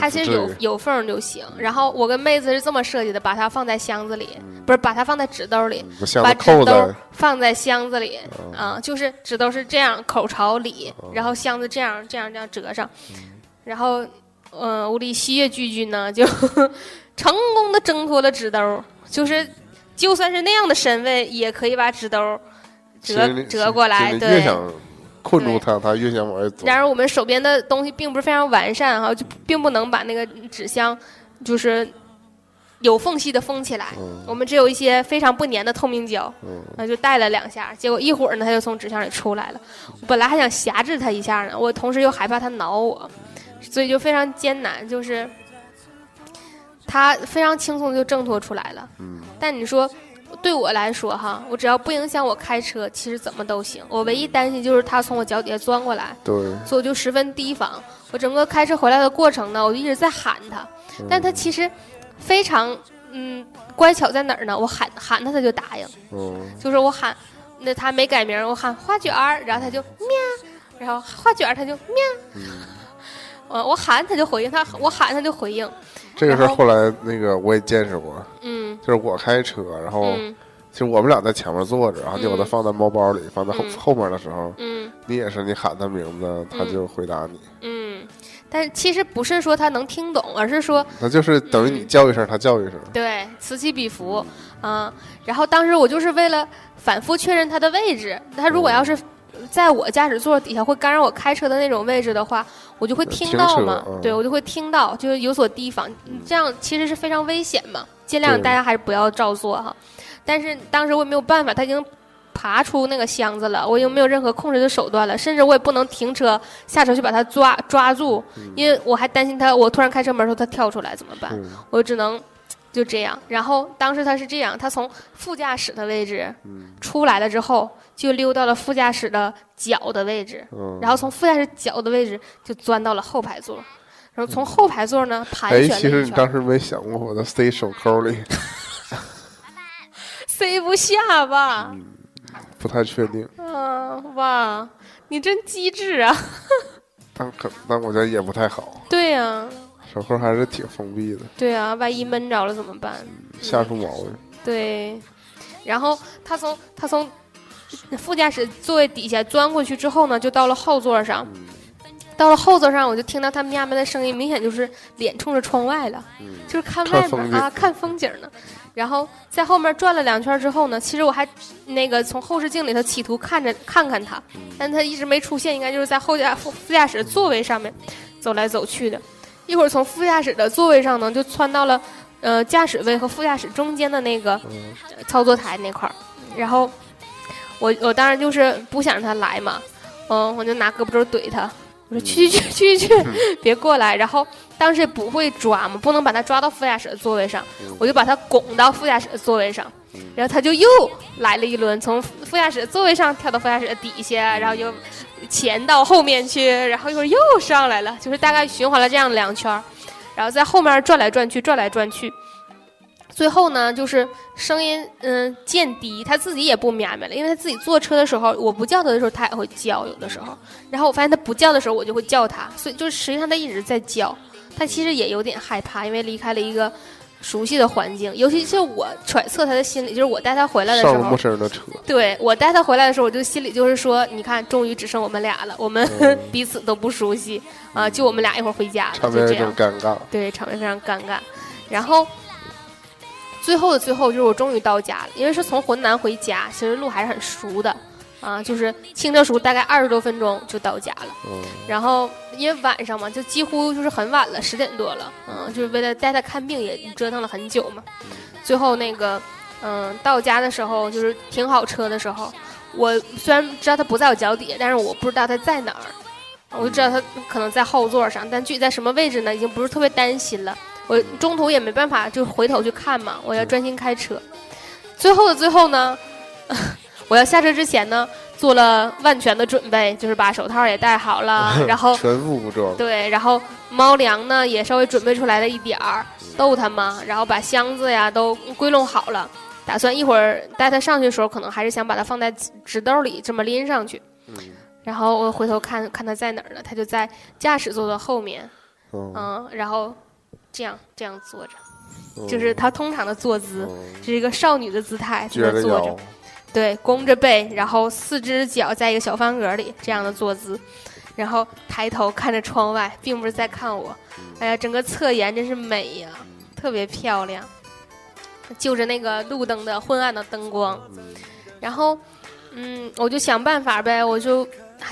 Speaker 2: 它其实有有缝儿就行。然后我跟妹子是这么设计的，把它放在箱子里，不是把它放在纸兜里，
Speaker 1: 我箱
Speaker 2: 把
Speaker 1: 子啊
Speaker 2: 纸
Speaker 1: 扣
Speaker 2: 兜
Speaker 1: 在，
Speaker 2: 放在箱子里啊、就是纸兜是这样口朝里，然后箱子这样这样这样折上，然后嗯，我的西月巨君呢就 成功的挣脱了纸兜，就是就算是那样的身位，也可以把纸兜
Speaker 1: 心
Speaker 2: 折
Speaker 1: 里
Speaker 2: 折过来，
Speaker 1: 心里
Speaker 2: 对，
Speaker 1: 越想困
Speaker 2: 对
Speaker 1: 住他，他越想往外走。
Speaker 2: 然而我们手边的东西并不是非常完善哈，就并不能把那个纸箱就是有缝隙的封起来。
Speaker 1: 嗯
Speaker 2: 我们只有一些非常不粘的透明胶，那、就带了两下，结果一会儿呢，它就从纸箱里出来了。我本来还想挟制它一下呢，我同时又害怕它挠我，所以就非常艰难，就是它非常轻松地就挣脱出来了。
Speaker 1: 嗯
Speaker 2: 但你说。对我来说，哈，我只要不影响我开车，其实怎么都行。我唯一担心就是它从我脚底下钻过来，
Speaker 1: 对，
Speaker 2: 所以我就十分提防。我整个开车回来的过程呢，我就一直在喊他，
Speaker 1: 嗯
Speaker 2: 但他其实非常嗯乖巧在哪儿呢？我喊喊他，他就答应，
Speaker 1: 嗯，
Speaker 2: 就是我喊那他没改名儿，我喊花卷儿，然后他就喵，然后花卷儿他就喵，
Speaker 1: 嗯
Speaker 2: 我我喊他就回应他，我喊他就回应，
Speaker 1: 这个事儿
Speaker 2: 然后
Speaker 1: 后来那个我也见识过，
Speaker 2: 嗯
Speaker 1: 就是我开车，然后
Speaker 2: 嗯
Speaker 1: 其实我们俩在前面坐着，然后你把它
Speaker 2: 嗯
Speaker 1: 放在猫包里，放在后
Speaker 2: 嗯
Speaker 1: 后面的时候，
Speaker 2: 嗯
Speaker 1: 你也是你喊他名字，他就回答你，
Speaker 2: 嗯，但其实不是说他能听懂，而是说
Speaker 1: 那就是等于
Speaker 2: 嗯
Speaker 1: 你叫一声，他叫一声。
Speaker 2: 对，此起彼伏，嗯、然后当时我就是为了反复确认它的位置，它如果要
Speaker 1: 嗯
Speaker 2: 是在我驾驶座底下会干扰我开车的那种位置的话，我就会听
Speaker 1: 停
Speaker 2: 到
Speaker 1: 车
Speaker 2: 嘛，
Speaker 1: 嗯
Speaker 2: 对我就会听到，就是有所提防，这样其实是非常危险嘛，尽量
Speaker 1: 对
Speaker 2: 大家还是不要照做哈。但是当时我也没有办法，他已经。爬出那个箱子了，我已经没有任何控制的手段了，甚至我也不能停车下车去把它抓抓住，因为我还担心它，我突然开车门的时候它跳出来怎么办？
Speaker 1: 嗯
Speaker 2: 我只能就这样。然后当时他是这样，他从副驾驶的位置
Speaker 1: 嗯
Speaker 2: 出来了之后，就溜到了副驾驶的脚的位置，
Speaker 1: 嗯，
Speaker 2: 然后从副驾驶脚的位置就钻到了后排座，然后从后排座呢
Speaker 1: 嗯
Speaker 2: 盘
Speaker 1: 哎，
Speaker 2: 旋
Speaker 1: 其
Speaker 2: 了
Speaker 1: 实
Speaker 2: 一
Speaker 1: 你
Speaker 2: 圈，
Speaker 1: 当时没想过把它塞手扣里，
Speaker 2: 塞不下吧？
Speaker 1: 不太确定，
Speaker 2: 嗯，哇，你真机智啊！
Speaker 1: 但可但我觉得也不太好，
Speaker 2: 对呀、
Speaker 1: 手扣还是挺封闭的，
Speaker 2: 对呀、万一闷着了怎么办？
Speaker 1: 吓出毛病。
Speaker 2: 对，然后他从他从副驾驶座位底下钻过去之后呢，就到了后座上。到了后座上，我就听到他喵喵的声音，明显就是脸冲着窗外了，就是看
Speaker 1: 看
Speaker 2: 外
Speaker 1: 风
Speaker 2: 面啊，
Speaker 1: 景
Speaker 2: 看风景呢。然后在后面转了两圈之后呢，其实我还那个从后视镜里头企图看着看看他，但他一直没出现，应该就是在后驾副副驾驶座位上面走来走去的。一会儿从副驾驶的座位上呢，就窜到了呃驾驶位和副驾驶中间的那个
Speaker 1: 嗯
Speaker 2: 呃操作台那块儿，然后我我当然就是不想让他来嘛，嗯，我就拿胳膊肘怼他，我说去去去去去，别过来。然后当时也不会抓嘛，不能把它抓到副驾驶的座位上，我就把它拱到副驾驶的座位上，然后它就又来了一轮，从副驾驶的座位上跳到副驾驶的底下，然后又潜到后面去，然后一会儿又上来了，就是大概循环了这样两圈儿，然后在后面转来转去，转来转去。最后呢，就是声音嗯渐低，他自己也不喵喵了，因为他自己坐车的时候，我不叫他的时候，他也会叫，有的时候。然后我发现他不叫的时候，我就会叫他，所以就是实际上他一直在叫。他其实也有点害怕，因为离开了一个熟悉的环境，尤其是我揣测他的心理，就是我带他回来的时
Speaker 1: 上了陌
Speaker 2: 候，
Speaker 1: 生人的车，
Speaker 2: 对我带他回来的时候，我就心里就是说，你看，终于只剩我们俩了，我们、
Speaker 1: 嗯
Speaker 2: 彼此都不熟悉啊、就我们俩一会儿回家了，
Speaker 1: 场
Speaker 2: 就
Speaker 1: 面
Speaker 2: 这
Speaker 1: 有
Speaker 2: 样
Speaker 1: 种。尴尬。
Speaker 2: 对，场面非常尴尬。然后最后的最后，就是我终于到家了，因为是从浑南回家，其实路还是很熟的啊，就是轻车熟，大概二十多分钟就到家了。
Speaker 1: 嗯，
Speaker 2: 然后因为晚上嘛，就几乎就是很晚了，十点多了，嗯，就是为了带他看病也折腾了很久嘛。最后那个，嗯，到家的时候就是停好车的时候，我虽然知道他不在我脚底下，但是我不知道他在哪儿，我就知道他可能在后座上，但具体在什么位置呢，已经不是特别担心了。我中途也没办法就回头去看嘛，我要专心开车。最后的最后呢， 我要下车之前呢，做了万全的准备，就是把手套也戴好了，然后
Speaker 1: 全副武装，
Speaker 2: 对，然后猫粮呢也稍微准备出来了一点儿，逗它嘛，然后把箱子呀都嗯归拢好了，打算一会儿带它上去的时候，可能还是想把它放在纸纸兜里这么拎上去。
Speaker 1: 嗯
Speaker 2: 然后我回头看看它在哪儿呢，它就在驾驶座的后面，
Speaker 1: 嗯，
Speaker 2: 嗯，然后这样这样坐着，
Speaker 1: 嗯
Speaker 2: 就是它通常的坐姿，
Speaker 1: 嗯
Speaker 2: 这是一个少女的姿态，这
Speaker 1: 撅
Speaker 2: 么
Speaker 1: 着
Speaker 2: 坐着
Speaker 1: 腰。，
Speaker 2: 对，弓着背，然后四只脚在一个小方格里这样的坐姿，然后抬头看着窗外，并不是在看我。哎呀，整个侧颜真是美呀、特别漂亮，就着那个路灯的昏暗的灯光。然后，嗯，我就想办法呗，我就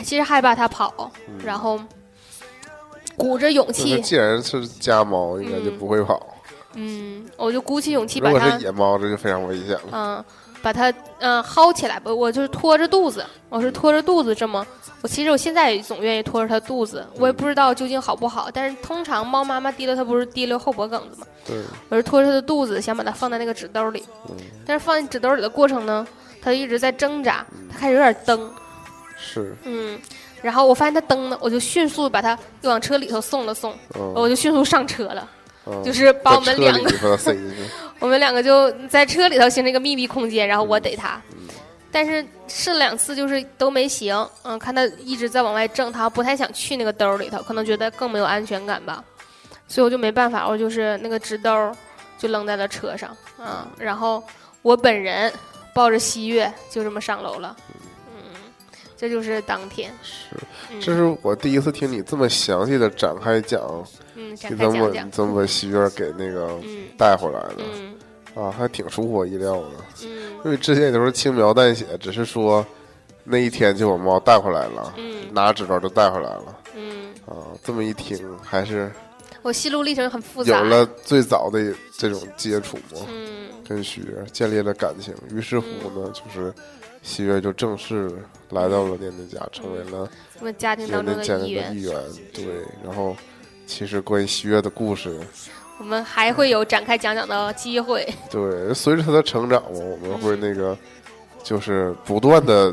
Speaker 2: 其实害怕它跑，然后鼓着勇
Speaker 1: 那
Speaker 2: 气，
Speaker 1: 既然是家猫，应该就
Speaker 2: 嗯
Speaker 1: 不会跑。
Speaker 2: 嗯，我就鼓起勇气
Speaker 1: 如
Speaker 2: 把
Speaker 1: 果
Speaker 2: 它
Speaker 1: 是野猫，这就非常危险了。
Speaker 2: 嗯，把它嗯薅起来吧，我就是拖着肚子，我是拖着肚子这么。我其实我现在也总愿意拖着它肚子，我也不知道究竟好不好，但是通常猫妈妈提溜它不是提溜后脖梗子吗？
Speaker 1: 对，
Speaker 2: 我是拖着它的肚子，想把它放在那个纸兜里，但是放在纸兜里的过程呢，它就一直在挣扎，它开始有点蹬，
Speaker 1: 是，
Speaker 2: 嗯，然后我发现它蹬呢，我就迅速把它又往车里头送了送，
Speaker 1: 嗯，
Speaker 2: 我就迅速上车了，
Speaker 1: 嗯
Speaker 2: 就是把我
Speaker 1: 在
Speaker 2: 们
Speaker 1: 车
Speaker 2: 两
Speaker 1: 里
Speaker 2: 个
Speaker 1: 把它塞进去，
Speaker 2: 我们两个就在车里头形成一个密闭空间，然后我逮它，
Speaker 1: 嗯
Speaker 2: 但是试了两次就是都没行，嗯，看它一直在往外挣，它不太想去那个兜里头，可能觉得更没有安全感吧，所以我就没办法，我就是那个纸兜儿就扔在了车上，嗯，然后我本人抱着西月就这么上楼了，嗯，这就是当天，
Speaker 1: 是，
Speaker 2: 嗯
Speaker 1: 这是我第一次听你这么详细的展开讲，
Speaker 2: 嗯，展
Speaker 1: 你
Speaker 2: 开
Speaker 1: 怎
Speaker 2: 讲
Speaker 1: 么
Speaker 2: 讲，
Speaker 1: 怎么把喜悦给那个
Speaker 2: 嗯
Speaker 1: 带回来的
Speaker 2: 嗯
Speaker 1: 啊？还挺出乎我意料的，
Speaker 2: 嗯
Speaker 1: 因为之前也都是轻描淡写，只是说那一天就把猫带回来了，
Speaker 2: 嗯
Speaker 1: 拿纸包就带回来了
Speaker 2: 嗯，
Speaker 1: 啊。这么一听，还是
Speaker 2: 我心路历程很复杂，
Speaker 1: 有了最早的这种接触嘛，
Speaker 2: 嗯。
Speaker 1: 跟许悦建立了感情。于是乎呢，就是喜悦就正式来到了念念家，成为了
Speaker 2: 我们嗯家庭
Speaker 1: 念
Speaker 2: 当中
Speaker 1: 念家
Speaker 2: 的
Speaker 1: 的
Speaker 2: 一员。
Speaker 1: 一员。对，然后其实关于喜悦的故事，
Speaker 2: 我们还会有展开讲讲的机会。
Speaker 1: 对，随着他的成长嘛，我们会那个就是不断的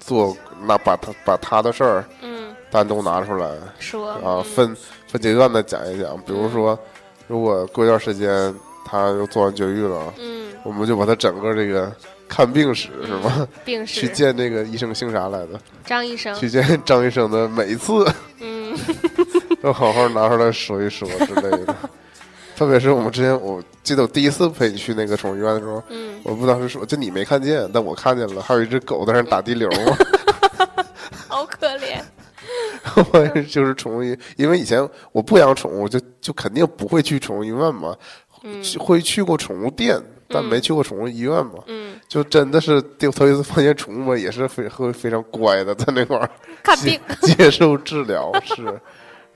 Speaker 1: 做那把他把他的事儿
Speaker 2: 嗯，
Speaker 1: 单独拿出来，
Speaker 2: 说
Speaker 1: 啊，
Speaker 2: 嗯
Speaker 1: 分分阶段的讲一讲。比如说，如果过一段时间他又做完绝育了，
Speaker 2: 嗯，
Speaker 1: 我们就把他整个这个看病史是吗？
Speaker 2: 病
Speaker 1: 去
Speaker 2: 史
Speaker 1: 见那个医生姓啥来着？
Speaker 2: 张医生，
Speaker 1: 去见张医生的每一次
Speaker 2: 嗯
Speaker 1: 都好好拿出来说一说之类的。特别是我们之前，我记得我第一次陪你去那个宠物医院的时候，
Speaker 2: 嗯，
Speaker 1: 我不当时说，就你没看见，但我看见了，还有一只狗在那打滴流嘛。
Speaker 2: 好可怜。
Speaker 1: 我 就是宠物医，因为以前我不养宠物，就就肯定不会去宠物医院嘛，
Speaker 2: 嗯
Speaker 1: 去会去过宠物店，但没去过宠物医院嘛。
Speaker 2: 嗯，
Speaker 1: 就真的是第头一次发现宠物嘛，也是非会非常乖的，在那块儿
Speaker 2: 看
Speaker 1: 接
Speaker 2: 病
Speaker 1: 接受治疗，是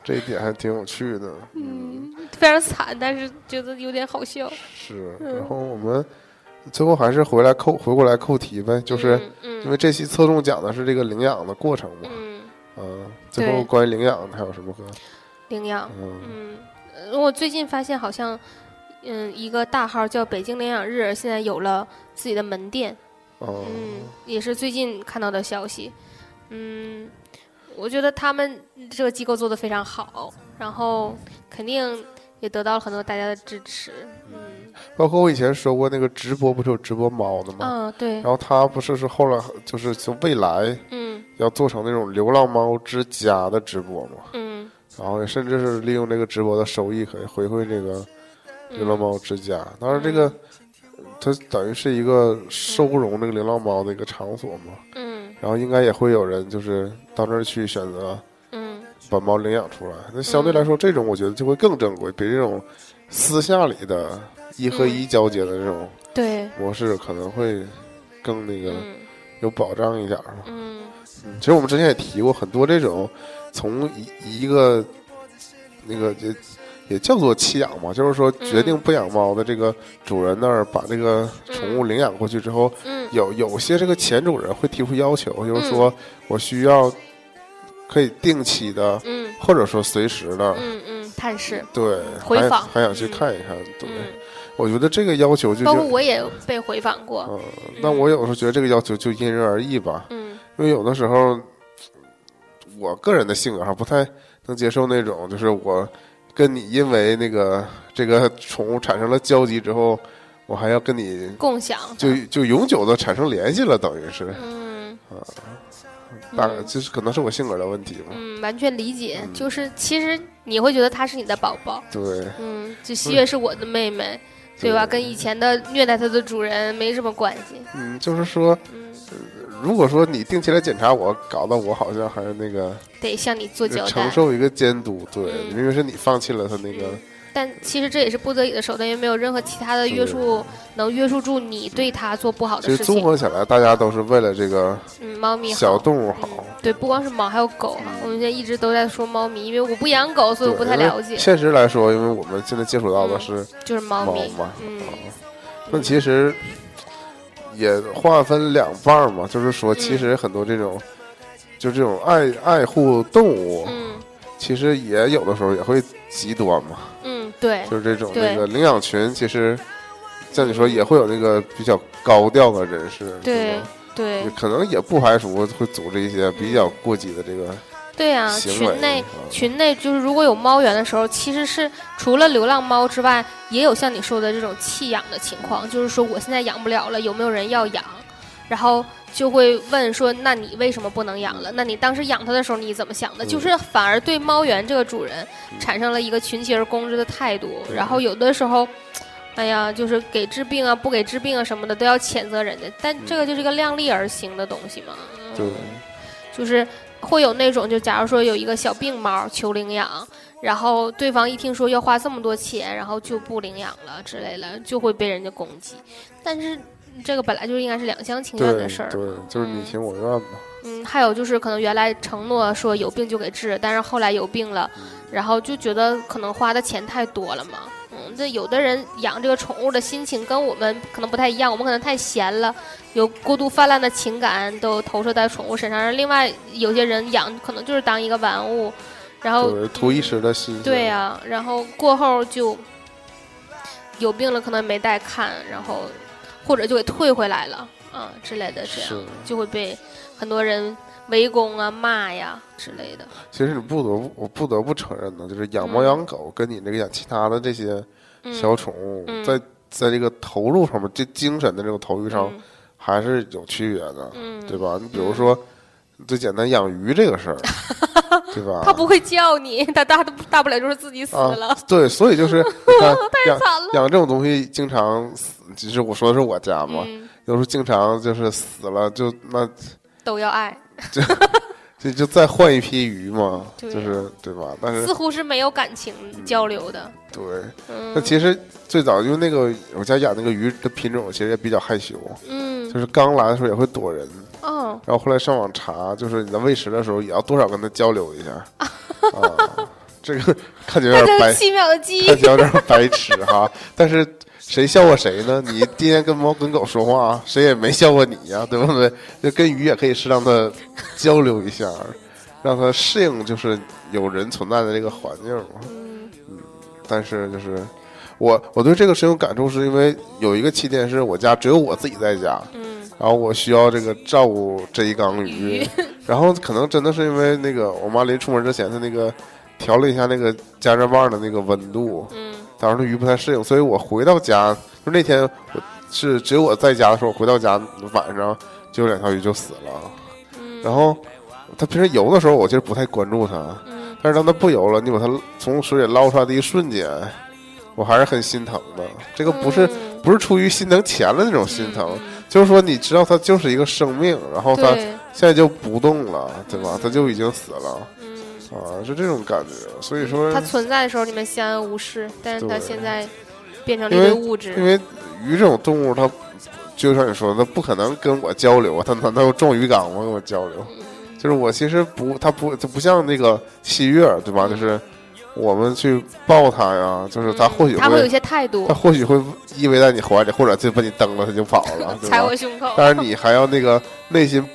Speaker 1: 这一点还挺有趣的。
Speaker 2: 嗯
Speaker 1: 嗯
Speaker 2: 非常惨，但是觉得有点好笑。
Speaker 1: 是，
Speaker 2: 嗯
Speaker 1: 然后我们最后还是回来扣回过来扣题呗，就是
Speaker 2: 嗯
Speaker 1: 因为这期侧重讲的是这个领养的过程嘛。
Speaker 2: 嗯
Speaker 1: 嗯，最后
Speaker 2: 对
Speaker 1: 关于领养的还有什么歌？
Speaker 2: 领养。
Speaker 1: 嗯，
Speaker 2: 嗯，呃我最近发现好像，嗯，一个大号叫北京领养日，现在有了自己的门店。
Speaker 1: 哦，
Speaker 2: 嗯，也是最近看到的消息。嗯，我觉得他们这个机构做得非常好，然后肯定也得到了很多大家的支持。嗯，
Speaker 1: 包括我以前说过那个直播，不是有直播猫的吗？
Speaker 2: 啊，对
Speaker 1: 然，后它不是是后来就是就未来
Speaker 2: 嗯
Speaker 1: 要做成那种流浪猫之家的直播嘛，
Speaker 2: 嗯，
Speaker 1: 然后甚至是利用这个直播的收益可以回馈这个流浪猫之家。当然，这个它等于是一个收容这个流浪猫的一个场所嘛，
Speaker 2: 嗯
Speaker 1: 然后应该也会有人就是到那儿去选择
Speaker 2: 嗯
Speaker 1: 把猫领养出来。那相对来说，这种我觉得就会更正规，比这种私下里的一和一交接的这种
Speaker 2: 嗯，对，
Speaker 1: 模式可能会更那个
Speaker 2: 嗯
Speaker 1: 有保障一点儿嘛。
Speaker 2: 嗯
Speaker 1: 其实我们之前也提过很多这种从一一个那个也也叫做弃养嘛，就是说决
Speaker 2: 嗯
Speaker 1: 定不养猫的这个主人那儿把这个宠物领养过去之后，
Speaker 2: 嗯
Speaker 1: 有有些这个前主人会提出要求，就是说我需要可以定期的，
Speaker 2: 嗯
Speaker 1: 或者说随时的，
Speaker 2: 嗯嗯，探视，
Speaker 1: 对，
Speaker 2: 回
Speaker 1: 还
Speaker 2: 访
Speaker 1: 还想去
Speaker 2: 嗯
Speaker 1: 看一看，对，
Speaker 2: 嗯，
Speaker 1: 我觉得这个要求就
Speaker 2: 包括
Speaker 1: 就
Speaker 2: 我也被回访过，
Speaker 1: 嗯，那我有时候觉得这个要求就因人而异吧，
Speaker 2: 嗯
Speaker 1: 因为有的时候，我个人的性格哈不太能接受那种，就是我跟你因为那个这个宠物产生了交集之后，我还要跟你
Speaker 2: 共享，
Speaker 1: 就就永久的产生联系了，等于是，
Speaker 2: 嗯。
Speaker 1: 大概就是可能是我性格的问题吧。
Speaker 2: 嗯，完全理解，就是其实你会觉得她是你的宝宝，
Speaker 1: 对，
Speaker 2: 嗯，就西月是我的妹妹，
Speaker 1: 对
Speaker 2: 对吧？跟以前的虐待她的主人没什么关系。
Speaker 1: 嗯，就是说，
Speaker 2: 嗯，
Speaker 1: 如果说你定期来检查我，搞得我好像还是那个
Speaker 2: 得向你做交
Speaker 1: 承
Speaker 2: 代。
Speaker 1: 受一个监督，对，
Speaker 2: 嗯
Speaker 1: 明明是你放弃了他那个，
Speaker 2: 但其实这也是不得已的手段，因为没有任何其他的约束能约束住你对它做不好
Speaker 1: 其
Speaker 2: 的
Speaker 1: 实
Speaker 2: 事
Speaker 1: 综
Speaker 2: 情。
Speaker 1: 合起来，大家都是为了这个
Speaker 2: 嗯，猫咪
Speaker 1: 小
Speaker 2: 好。
Speaker 1: 动物
Speaker 2: 嗯
Speaker 1: 好。，
Speaker 2: 对，不光是猫，还有狗啊。我们现在一直都在说猫咪，因为我不养狗，所以我不
Speaker 1: 嗯对
Speaker 2: 太
Speaker 1: 因为
Speaker 2: 了解。嗯
Speaker 1: 现实来说，因为我们现在接触到的是
Speaker 2: 就是猫
Speaker 1: 猫
Speaker 2: 咪，
Speaker 1: 嘛，
Speaker 2: 嗯
Speaker 1: 那其实也划分两半儿嘛，就是说，其
Speaker 2: 嗯
Speaker 1: 实很多这种，就这种爱爱护动物，
Speaker 2: 嗯
Speaker 1: 其实也有的时候也会极端嘛，
Speaker 2: 嗯，对，
Speaker 1: 就是这种
Speaker 2: 对
Speaker 1: 那个领养群，其实像你说也会有那个比较高调的人士，
Speaker 2: 对
Speaker 1: 吧
Speaker 2: 对
Speaker 1: 也，可能也不排除会组织一些比较过激的这个
Speaker 2: 对呀、
Speaker 1: 行为
Speaker 2: 嗯群内
Speaker 1: 啊
Speaker 2: 群内就是如果有猫源的时候，其实是除了流浪猫之外，也有像你说的这种弃养的情况，就是说我现在养不了了，有没有人要养？然后就会问说，那你为什么不能养了？那你当时养它的时候你怎么想的？
Speaker 1: 嗯
Speaker 2: 就是反而对猫源这个主人产生了一个群起而攻之的态度，
Speaker 1: 对
Speaker 2: 然后有的时候。哎呀，就是给治病啊，不给治病啊什么的，都要谴责人家。但
Speaker 1: 嗯
Speaker 2: 这个就是一个量力而行的东西嘛。嗯
Speaker 1: 对，
Speaker 2: 就是会有那种，就假如说有一个小病猫求领养，然后对方一听说要花这么多钱，然后就不领养了之类的，就会被人家攻击。但是这个本来就应该是两厢情愿
Speaker 1: 对
Speaker 2: 的事儿。
Speaker 1: 对，就是你情我愿嘛。
Speaker 2: 嗯，还有就是可能原来承诺说有病就给治，但是后来有病了，然后就觉得可能花的钱太多了嘛。嗯，这有的人养这个宠物的心情跟我们可能不太一样，我们可能太闲了，有过度泛滥的情感都投射在宠物身上。而另外有些人养可能就是当一个玩物，然后
Speaker 1: 对，图一时的新鲜。
Speaker 2: 对呀、然后过后就有病了，可能没带看，然后或者就给退回来了啊之类的，这样
Speaker 1: 是
Speaker 2: 就会被很多人围攻啊、骂呀之类的。
Speaker 1: 其实你不得不，我不得不承认呢，就是养猫
Speaker 2: 嗯
Speaker 1: 养狗跟你这个养其他的这些小
Speaker 2: 嗯
Speaker 1: 宠物，
Speaker 2: 嗯
Speaker 1: 在在这个投入上面，这精神的这种投入上
Speaker 2: 嗯
Speaker 1: 还是有区别的，
Speaker 2: 嗯，
Speaker 1: 对吧？你比如说，最简单养鱼这 个事儿，对吧？
Speaker 2: 他不会叫你， 他大大不了就是自己死了。
Speaker 1: 啊，对，所以 就是你看养
Speaker 2: 惨了
Speaker 1: 养这种东西，经常死，其实我说的是我家嘛，
Speaker 2: 嗯，
Speaker 1: 有时候经常就是死了，就那
Speaker 2: 都要爱，
Speaker 1: 就就再换一批鱼嘛，
Speaker 2: 对啊
Speaker 1: 就是对吧？但是
Speaker 2: 似乎是没有感情交流的。
Speaker 1: 对。那
Speaker 2: 嗯
Speaker 1: 其实最早因为那个我家养那个鱼的品种，其实也比较害羞，
Speaker 2: 嗯
Speaker 1: 就是刚来的时候也会躲人，
Speaker 2: 哦，
Speaker 1: 然后后来上网查，就是你在喂食的时候也要多少跟它交流一 下。啊，这个 看起来
Speaker 2: 他
Speaker 1: 有点
Speaker 2: 这
Speaker 1: 白，
Speaker 2: 七秒的记
Speaker 1: 看
Speaker 2: 忆，
Speaker 1: 起来有点白痴哈。但是谁笑话谁呢？你今天跟猫跟狗说话，啊谁也没笑话你呀、对不对？就跟鱼也可以适当的交流一下。让它适应就是有人存在的这个环境嘛。
Speaker 2: 嗯
Speaker 1: 但是就是我我对这个深有感触，是因为有一个期间是我家只有我自己在家，
Speaker 2: 嗯
Speaker 1: 然后我需要这个照顾这一缸鱼，
Speaker 2: 鱼
Speaker 1: 然后可能真的是因为那个我妈临出门之前的那个调了一下那个加热棒的那个温度，
Speaker 2: 嗯
Speaker 1: 当时那鱼不太适应，所以我回到家就那天我是只有我在家的时候，我回到家晚上就有两条鱼就死了，
Speaker 2: 嗯，
Speaker 1: 然后它平时游的时候我其实不太关注它，
Speaker 2: 嗯
Speaker 1: 但是当它不游了，你把它从水里捞出来的一瞬间，我还是很心疼的。这个不是
Speaker 2: 嗯
Speaker 1: 不是出于心疼钱的那种心疼，
Speaker 2: 嗯
Speaker 1: 就是说你知道它就是一个生命，然后它
Speaker 2: 对，
Speaker 1: 现在就不动了，对吧？它就已经死了
Speaker 2: 嗯，
Speaker 1: 啊，是这种感觉。所以说
Speaker 2: 它，存在的时候你们相安无事，但是它
Speaker 1: 对
Speaker 2: 现在变成了一
Speaker 1: 因为
Speaker 2: 堆物
Speaker 1: 因
Speaker 2: 质，
Speaker 1: 为鱼这种动物，它就像你说的，它不可能跟我交流啊，它难道撞鱼缸吗？跟我交流？
Speaker 2: 嗯
Speaker 1: 就是我其实不，它不，它不像那个戏月，对吧？就是我们去抱它呀，就是它
Speaker 2: 嗯
Speaker 1: 或许
Speaker 2: 它会有一些态
Speaker 1: 他
Speaker 2: 度，
Speaker 1: 或许会依偎在你怀里，或者就把你蹬了，他就跑 了，对
Speaker 2: 踩
Speaker 1: 吧
Speaker 2: 我？胸口，
Speaker 1: 但是你还要那个内心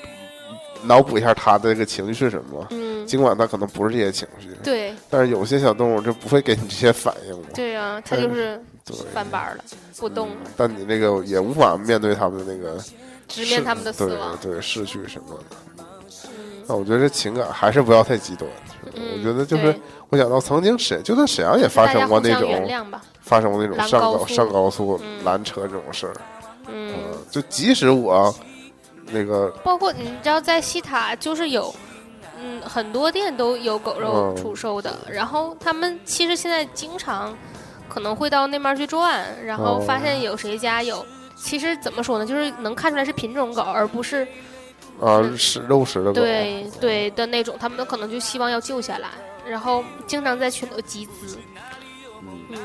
Speaker 1: 脑补一下他的这个情绪是什么，
Speaker 2: 嗯，
Speaker 1: 尽管他可能不是这些情绪，
Speaker 2: 对
Speaker 1: 但是有些小动物就不会给你这些反应嘛，
Speaker 2: 对啊，它
Speaker 1: 但
Speaker 2: 就是是
Speaker 1: 对。
Speaker 2: 翻板儿了，不动了，
Speaker 1: 但你那个也无法面对他们的那个
Speaker 2: 直面他们的死
Speaker 1: 对
Speaker 2: 亡，
Speaker 1: 对逝去什么的。
Speaker 2: 嗯
Speaker 1: 那我觉得这情感还是不要太极端。是吧
Speaker 2: 嗯，
Speaker 1: 我觉得就是
Speaker 2: 对
Speaker 1: 我想到曾经沈就在沈阳也发
Speaker 2: 大
Speaker 1: 生
Speaker 2: 家
Speaker 1: 过
Speaker 2: 互
Speaker 1: 那
Speaker 2: 相原
Speaker 1: 种
Speaker 2: 谅吧，
Speaker 1: 发生过那种
Speaker 2: 拦
Speaker 1: 上
Speaker 2: 高
Speaker 1: 高
Speaker 2: 速
Speaker 1: 上高速
Speaker 2: 嗯
Speaker 1: 拦车这种事儿。
Speaker 2: 嗯。
Speaker 1: 嗯，就即使我那个
Speaker 2: 包括你知道，在西塔就是有，嗯，很多店都有狗肉
Speaker 1: 嗯
Speaker 2: 出售的。然后他们其实现在经常可能会到那边去转，然后发
Speaker 1: 哦
Speaker 2: 现有谁家有。其实怎么说呢，就是能看出来是品种狗，而不是
Speaker 1: 啊
Speaker 2: 嗯
Speaker 1: 食肉食的狗，
Speaker 2: 对对的那种。他们可能就希望要救下来，然后经常在群里头集资。
Speaker 1: 嗯，
Speaker 2: 嗯，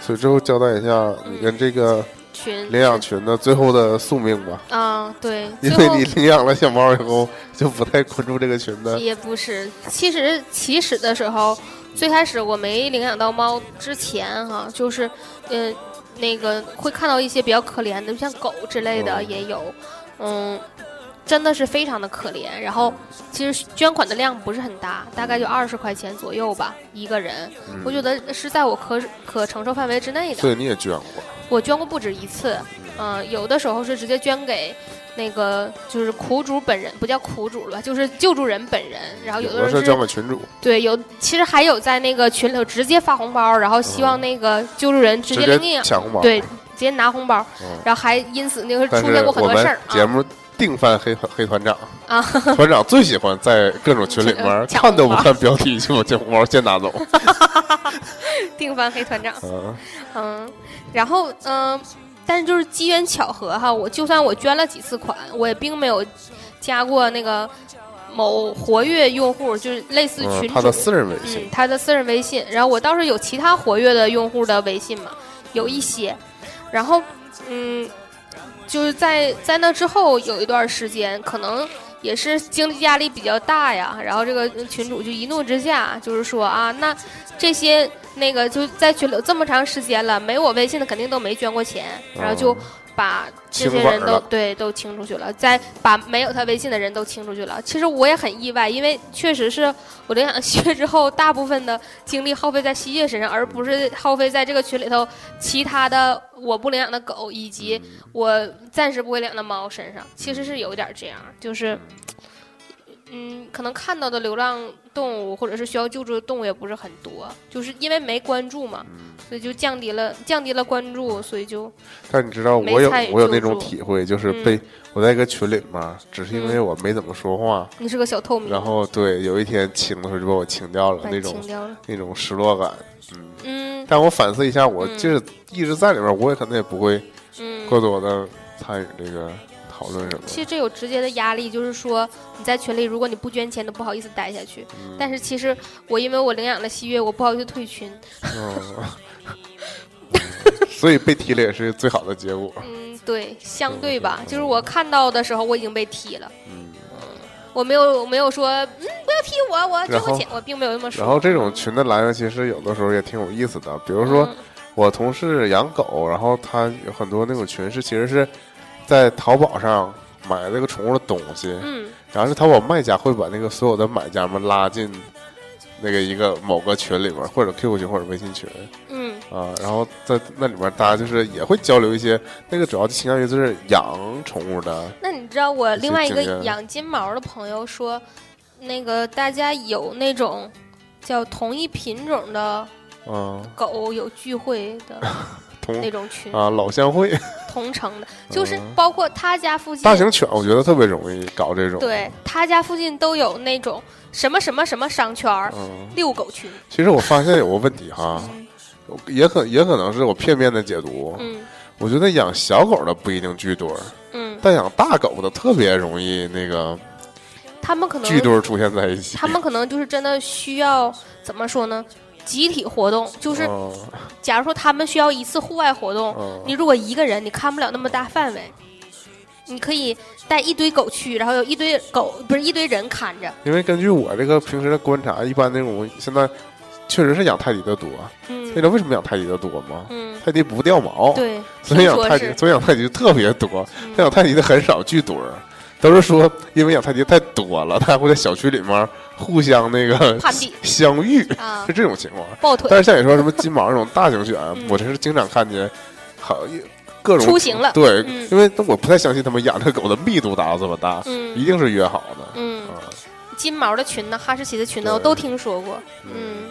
Speaker 1: 所以最后交代一下你跟这个
Speaker 2: 群
Speaker 1: 领养群的最后的宿命吧，
Speaker 2: 啊，对，
Speaker 1: 因
Speaker 2: 最
Speaker 1: 为
Speaker 2: 后
Speaker 1: 你领养了小猫以后就不太关注这个群的，
Speaker 2: 也不是，其实起始的时候，最开始我没领养到猫之前哈、就是，嗯、那个会看到一些比较可怜的，像狗之类的
Speaker 1: 嗯
Speaker 2: 也有，嗯，真的是非常的可怜。然后其实捐款的量不是很大，大概就二十块钱左右吧，一个人，我觉得是在我可可承受范围之内的。
Speaker 1: 嗯所以你也捐过，
Speaker 2: 我捐过不止一次，嗯、有的时候是直接捐给那个就是苦主本人，不叫苦主了，就是救助人本人。然后有
Speaker 1: 的
Speaker 2: 的时候
Speaker 1: 是交给群主，
Speaker 2: 对有，其实还有在那个群里头直接发红包，然后希望那个救助人直
Speaker 1: 哦直
Speaker 2: 接领
Speaker 1: 接
Speaker 2: 养，
Speaker 1: 抢红包，
Speaker 2: 对，直接拿红包，
Speaker 1: 嗯
Speaker 2: 然后还因此那个
Speaker 1: 但
Speaker 2: 出
Speaker 1: 是
Speaker 2: 现过很
Speaker 1: 我
Speaker 2: 多事
Speaker 1: 们
Speaker 2: 儿
Speaker 1: 节
Speaker 2: 啊。
Speaker 1: 目定番黑团黑团长
Speaker 2: 啊，
Speaker 1: 团长最喜欢在各种群里面
Speaker 2: 抢
Speaker 1: 看都不
Speaker 2: 红包
Speaker 1: 看标题就把这红包先 拿走，
Speaker 2: 定番黑团长，
Speaker 1: 嗯
Speaker 2: 嗯，然后嗯、但是就是机缘巧合哈，我就算我捐了几次款，我也并没有加过那个某活跃用户，就是类似
Speaker 1: 嗯，
Speaker 2: 群
Speaker 1: 他
Speaker 2: 主
Speaker 1: 的私人微
Speaker 2: 嗯
Speaker 1: 信，，
Speaker 2: 他的私人微信。然后我倒是有其他活跃的用户的微信嘛，有一些。然后，嗯，就是在在那之后有一段时间，可能也是经济压力比较大呀，然后这个群主就一怒之下，就是说啊，那这些那个就在群里有这么长时间了，没我微信的肯定都没捐过钱，然后就
Speaker 1: 嗯
Speaker 2: 把这
Speaker 1: 清
Speaker 2: 些
Speaker 1: 本
Speaker 2: 人
Speaker 1: 儿
Speaker 2: 都
Speaker 1: 了
Speaker 2: 对都清出去了，再把没有他微信的人都清出去了。其实我也很意外，因为确实是我领养西月之后，大部分的精力耗费在西月身上，而不是耗费在这个群里头其他的我不领养的狗以及
Speaker 1: 嗯
Speaker 2: 我暂时不会领养的猫身上。其实是有点这样，就是。嗯，可能看到的流浪动物或者是需要救助的动物也不是很多，就是因为没关注嘛，
Speaker 1: 嗯
Speaker 2: 所以就降低了降低了关注，所以就
Speaker 1: 但你知道，
Speaker 2: 没
Speaker 1: 我有
Speaker 2: 参与
Speaker 1: 我有
Speaker 2: 救
Speaker 1: 那种
Speaker 2: 助
Speaker 1: 体会，就是
Speaker 2: 嗯
Speaker 1: 被、我在一个群里面，只是因为
Speaker 2: 嗯
Speaker 1: 我没怎么说话，
Speaker 2: 你是个小透明，
Speaker 1: 然后对有一天清的时候就把我清掉了
Speaker 2: 把，
Speaker 1: 那
Speaker 2: 你
Speaker 1: 种
Speaker 2: 清掉了。
Speaker 1: 那种失落感。嗯，
Speaker 2: 嗯
Speaker 1: 但我反思一下，我
Speaker 2: 嗯
Speaker 1: 就是一直在里面，我也可能也不会过
Speaker 2: 嗯，
Speaker 1: 多的参与这个讨论什么。
Speaker 2: 其实这有直接的压力，就是说你在群里，如果你不捐钱，都不好意思待下去。
Speaker 1: 嗯
Speaker 2: 但是其实我因为我领养了西月，我不好意思退群。
Speaker 1: 嗯 所以被踢了也是最好的结果。
Speaker 2: 嗯，对，相对吧，就是我看到的时候我已经被踢了，
Speaker 1: 嗯，
Speaker 2: 我没有我没有说嗯不要踢我，我捐
Speaker 1: 然
Speaker 2: 过
Speaker 1: 后
Speaker 2: 钱，我并没有那么说。
Speaker 1: 然后这种群的来源其实有的时候也挺有意思的，比如说。
Speaker 2: 嗯
Speaker 1: 我同事养狗，然后他有很多那种群是其实是在淘宝上买那个宠物的东西，
Speaker 2: 嗯
Speaker 1: 然后是淘宝卖家会把那个所有的买家们拉进那个一个某个群里面，或者 QQ 群或者微信群
Speaker 2: 嗯
Speaker 1: 啊，然后在那里面大家就是也会交流一些，那个主要就倾向于就是养宠物的，
Speaker 2: 那你知道我另外一个
Speaker 1: 一些经验
Speaker 2: 养金毛的朋友说，那个大家有那种叫同一品种的
Speaker 1: 嗯，
Speaker 2: 狗有聚会的
Speaker 1: 同
Speaker 2: 那种群，
Speaker 1: 啊老乡会，
Speaker 2: 同城的，就是
Speaker 1: 嗯
Speaker 2: 包括他家附近
Speaker 1: 大，型啊犬我觉得特别容易搞这种，，
Speaker 2: 对他家附近都有那种什么什么什么商圈儿
Speaker 1: 嗯，
Speaker 2: 遛狗群，
Speaker 1: 其实我发现有个问题哈，也可也可能是我片面的解读，
Speaker 2: 嗯
Speaker 1: 我觉得养小狗的不一定聚堆儿，
Speaker 2: 嗯，
Speaker 1: 但养大狗的特别容易那个
Speaker 2: 他们可能
Speaker 1: 聚堆儿出现在一起。
Speaker 2: 他们可能就是真的需要怎么说呢？集体活动就是，
Speaker 1: 嗯
Speaker 2: 假如说他们需要一次户外活动，
Speaker 1: 嗯
Speaker 2: 你如果一个人你看不了那么大范围，你可以带一堆狗去，然后有一堆狗不是一堆人看着，
Speaker 1: 因为根据我这个平时的观察，一般那种现在确实是养泰迪的多。你知
Speaker 2: 嗯
Speaker 1: 道为什么养泰迪的多吗？
Speaker 2: 嗯，
Speaker 1: 泰迪不掉毛，
Speaker 2: 对，
Speaker 1: 所以
Speaker 2: 听
Speaker 1: 养
Speaker 2: 说
Speaker 1: 泰迪
Speaker 2: 是，
Speaker 1: 所以养泰迪特别多。
Speaker 2: 嗯
Speaker 1: 但养泰迪的很少聚堆儿，都是说因为养泰迪太多了，它会在小区里面互相那个
Speaker 2: 攀比
Speaker 1: 相遇，
Speaker 2: 啊
Speaker 1: 是，这种情况。
Speaker 2: 抱
Speaker 1: 但
Speaker 2: 腿
Speaker 1: 是像你说什么金毛那种大 型犬，
Speaker 2: 嗯
Speaker 1: 我真是经常看见，好一各种
Speaker 2: 出行了，
Speaker 1: 对，
Speaker 2: 嗯
Speaker 1: 因为我不太相信他们养这狗的密度达到这么大，一
Speaker 2: 嗯
Speaker 1: 定是约好的，
Speaker 2: 嗯，
Speaker 1: 啊，
Speaker 2: 金毛的群呢，哈士奇的群呢，
Speaker 1: 对
Speaker 2: 我都听说过，嗯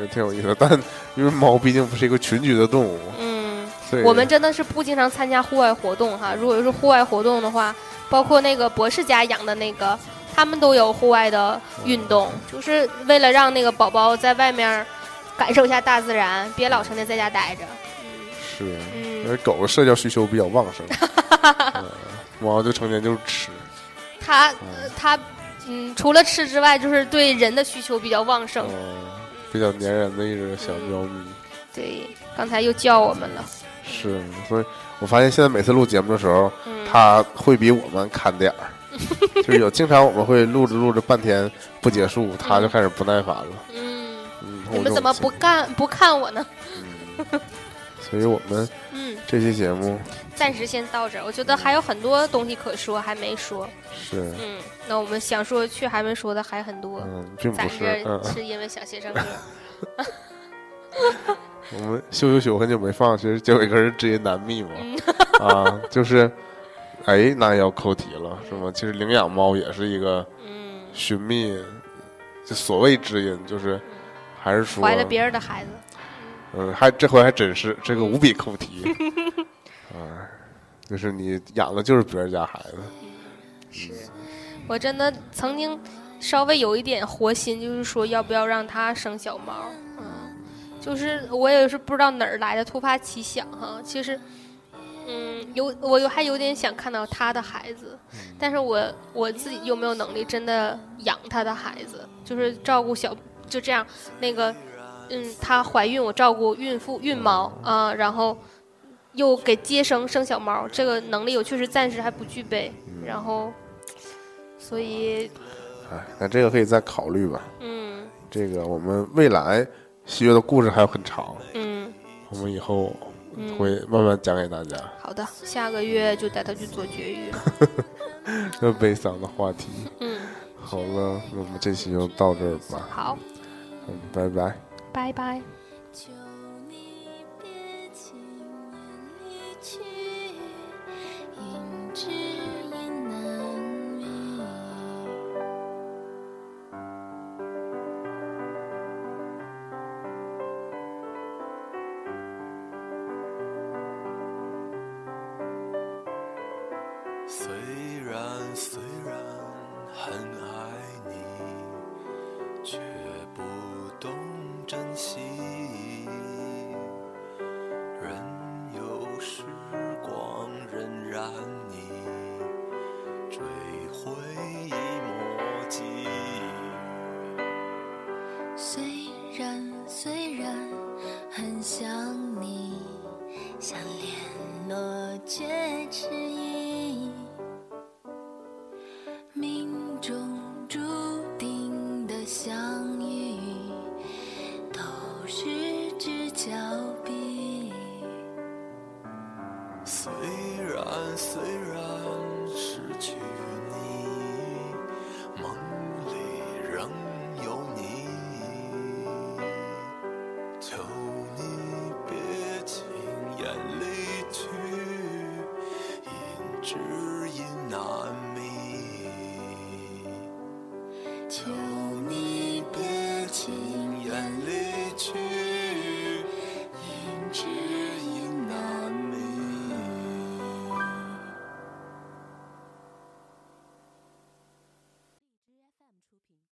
Speaker 1: 也挺有意思的。但因为猫毕竟不是一个群居的动物，
Speaker 2: 嗯。
Speaker 1: 所以
Speaker 2: 我们真的是不经常参加户外活动哈。如果是户外活动的话，包括那个博士家养的那个，他们都有户外的
Speaker 1: 嗯
Speaker 2: 运动，就是为了让那个宝宝在外面感受一下大自然，别老成天在家待着。
Speaker 1: 是因
Speaker 2: 嗯，
Speaker 1: 为狗的社交需求比较旺 盛，嗯猫就成天就是吃，
Speaker 2: 他呃他嗯，除了吃之外，就是对人的需求比较旺盛。
Speaker 1: 嗯，比较粘人的一只小喵咪。
Speaker 2: 对，刚才又叫我们了。
Speaker 1: 是，所以我发现现在每次录节目的时候，
Speaker 2: 嗯，
Speaker 1: 他会比我们看点 儿，就是有经常我们会录着录着半天不结束，他就开始不耐烦了。
Speaker 2: 嗯，
Speaker 1: 嗯，
Speaker 2: 你
Speaker 1: 我
Speaker 2: 们
Speaker 1: 就
Speaker 2: 怎么不干不看我呢？
Speaker 1: 所以我们
Speaker 2: 嗯，
Speaker 1: 这期节目
Speaker 2: 暂时先到这儿，我觉得还有很多东西可说，还没说。
Speaker 1: 是，
Speaker 2: 嗯，那我们想说却还没说的还很多，
Speaker 1: 嗯，并
Speaker 2: 咱
Speaker 1: 不是，嗯
Speaker 2: 这，是因为想写成歌。
Speaker 1: 我们秀秀秀很久没放，其实结尾歌是知音难觅嘛，
Speaker 2: 嗯
Speaker 1: 啊，就是，哎，那要扣题了，是吗？其实领养猫也是一个
Speaker 2: 嗯，
Speaker 1: 寻觅，就所谓知音，就是还是说
Speaker 2: 怀了别人的孩子，
Speaker 1: 嗯，还这回还真是这个无比扣 题，啊，就是你养的就是别人家孩子，
Speaker 2: 我真的曾经稍微有一点活心，就是说要不要让他生小猫。嗯，就是我也是不知道哪儿来的突发奇想哈。其实，嗯，有我有还有点想看到他的孩子，但是我我自己有没有能力真的养他的孩子，就是照顾小就这样那个，嗯，她怀孕我照顾孕妇孕猫啊、然后又给接生生小猫，这个能力我确实暂时还不具备，然后。所以，
Speaker 1: 哎，那这个可以再考虑吧。
Speaker 2: 嗯
Speaker 1: 这个我们未来西月的故事还有很长，
Speaker 2: 嗯
Speaker 1: 我们以后
Speaker 2: 嗯，
Speaker 1: 会慢慢讲给大家。
Speaker 2: 好的，下个月就带他去做绝育了。
Speaker 1: 这悲伤的话题，
Speaker 2: 嗯，
Speaker 1: 好了，那我们这期就到这儿吧，
Speaker 2: 好，
Speaker 1: 嗯，拜拜。
Speaker 2: 拜拜。
Speaker 4: 求你别轻言离去，因知音难觅。
Speaker 5: 虽然虽然很爱你，却不懂珍惜。任由时光荏苒你，追悔已莫及。
Speaker 4: 虽然虽然很想你，想联络却迟疑。命中注定的相遇，都是只脚臂。
Speaker 5: 虽然虽然失去。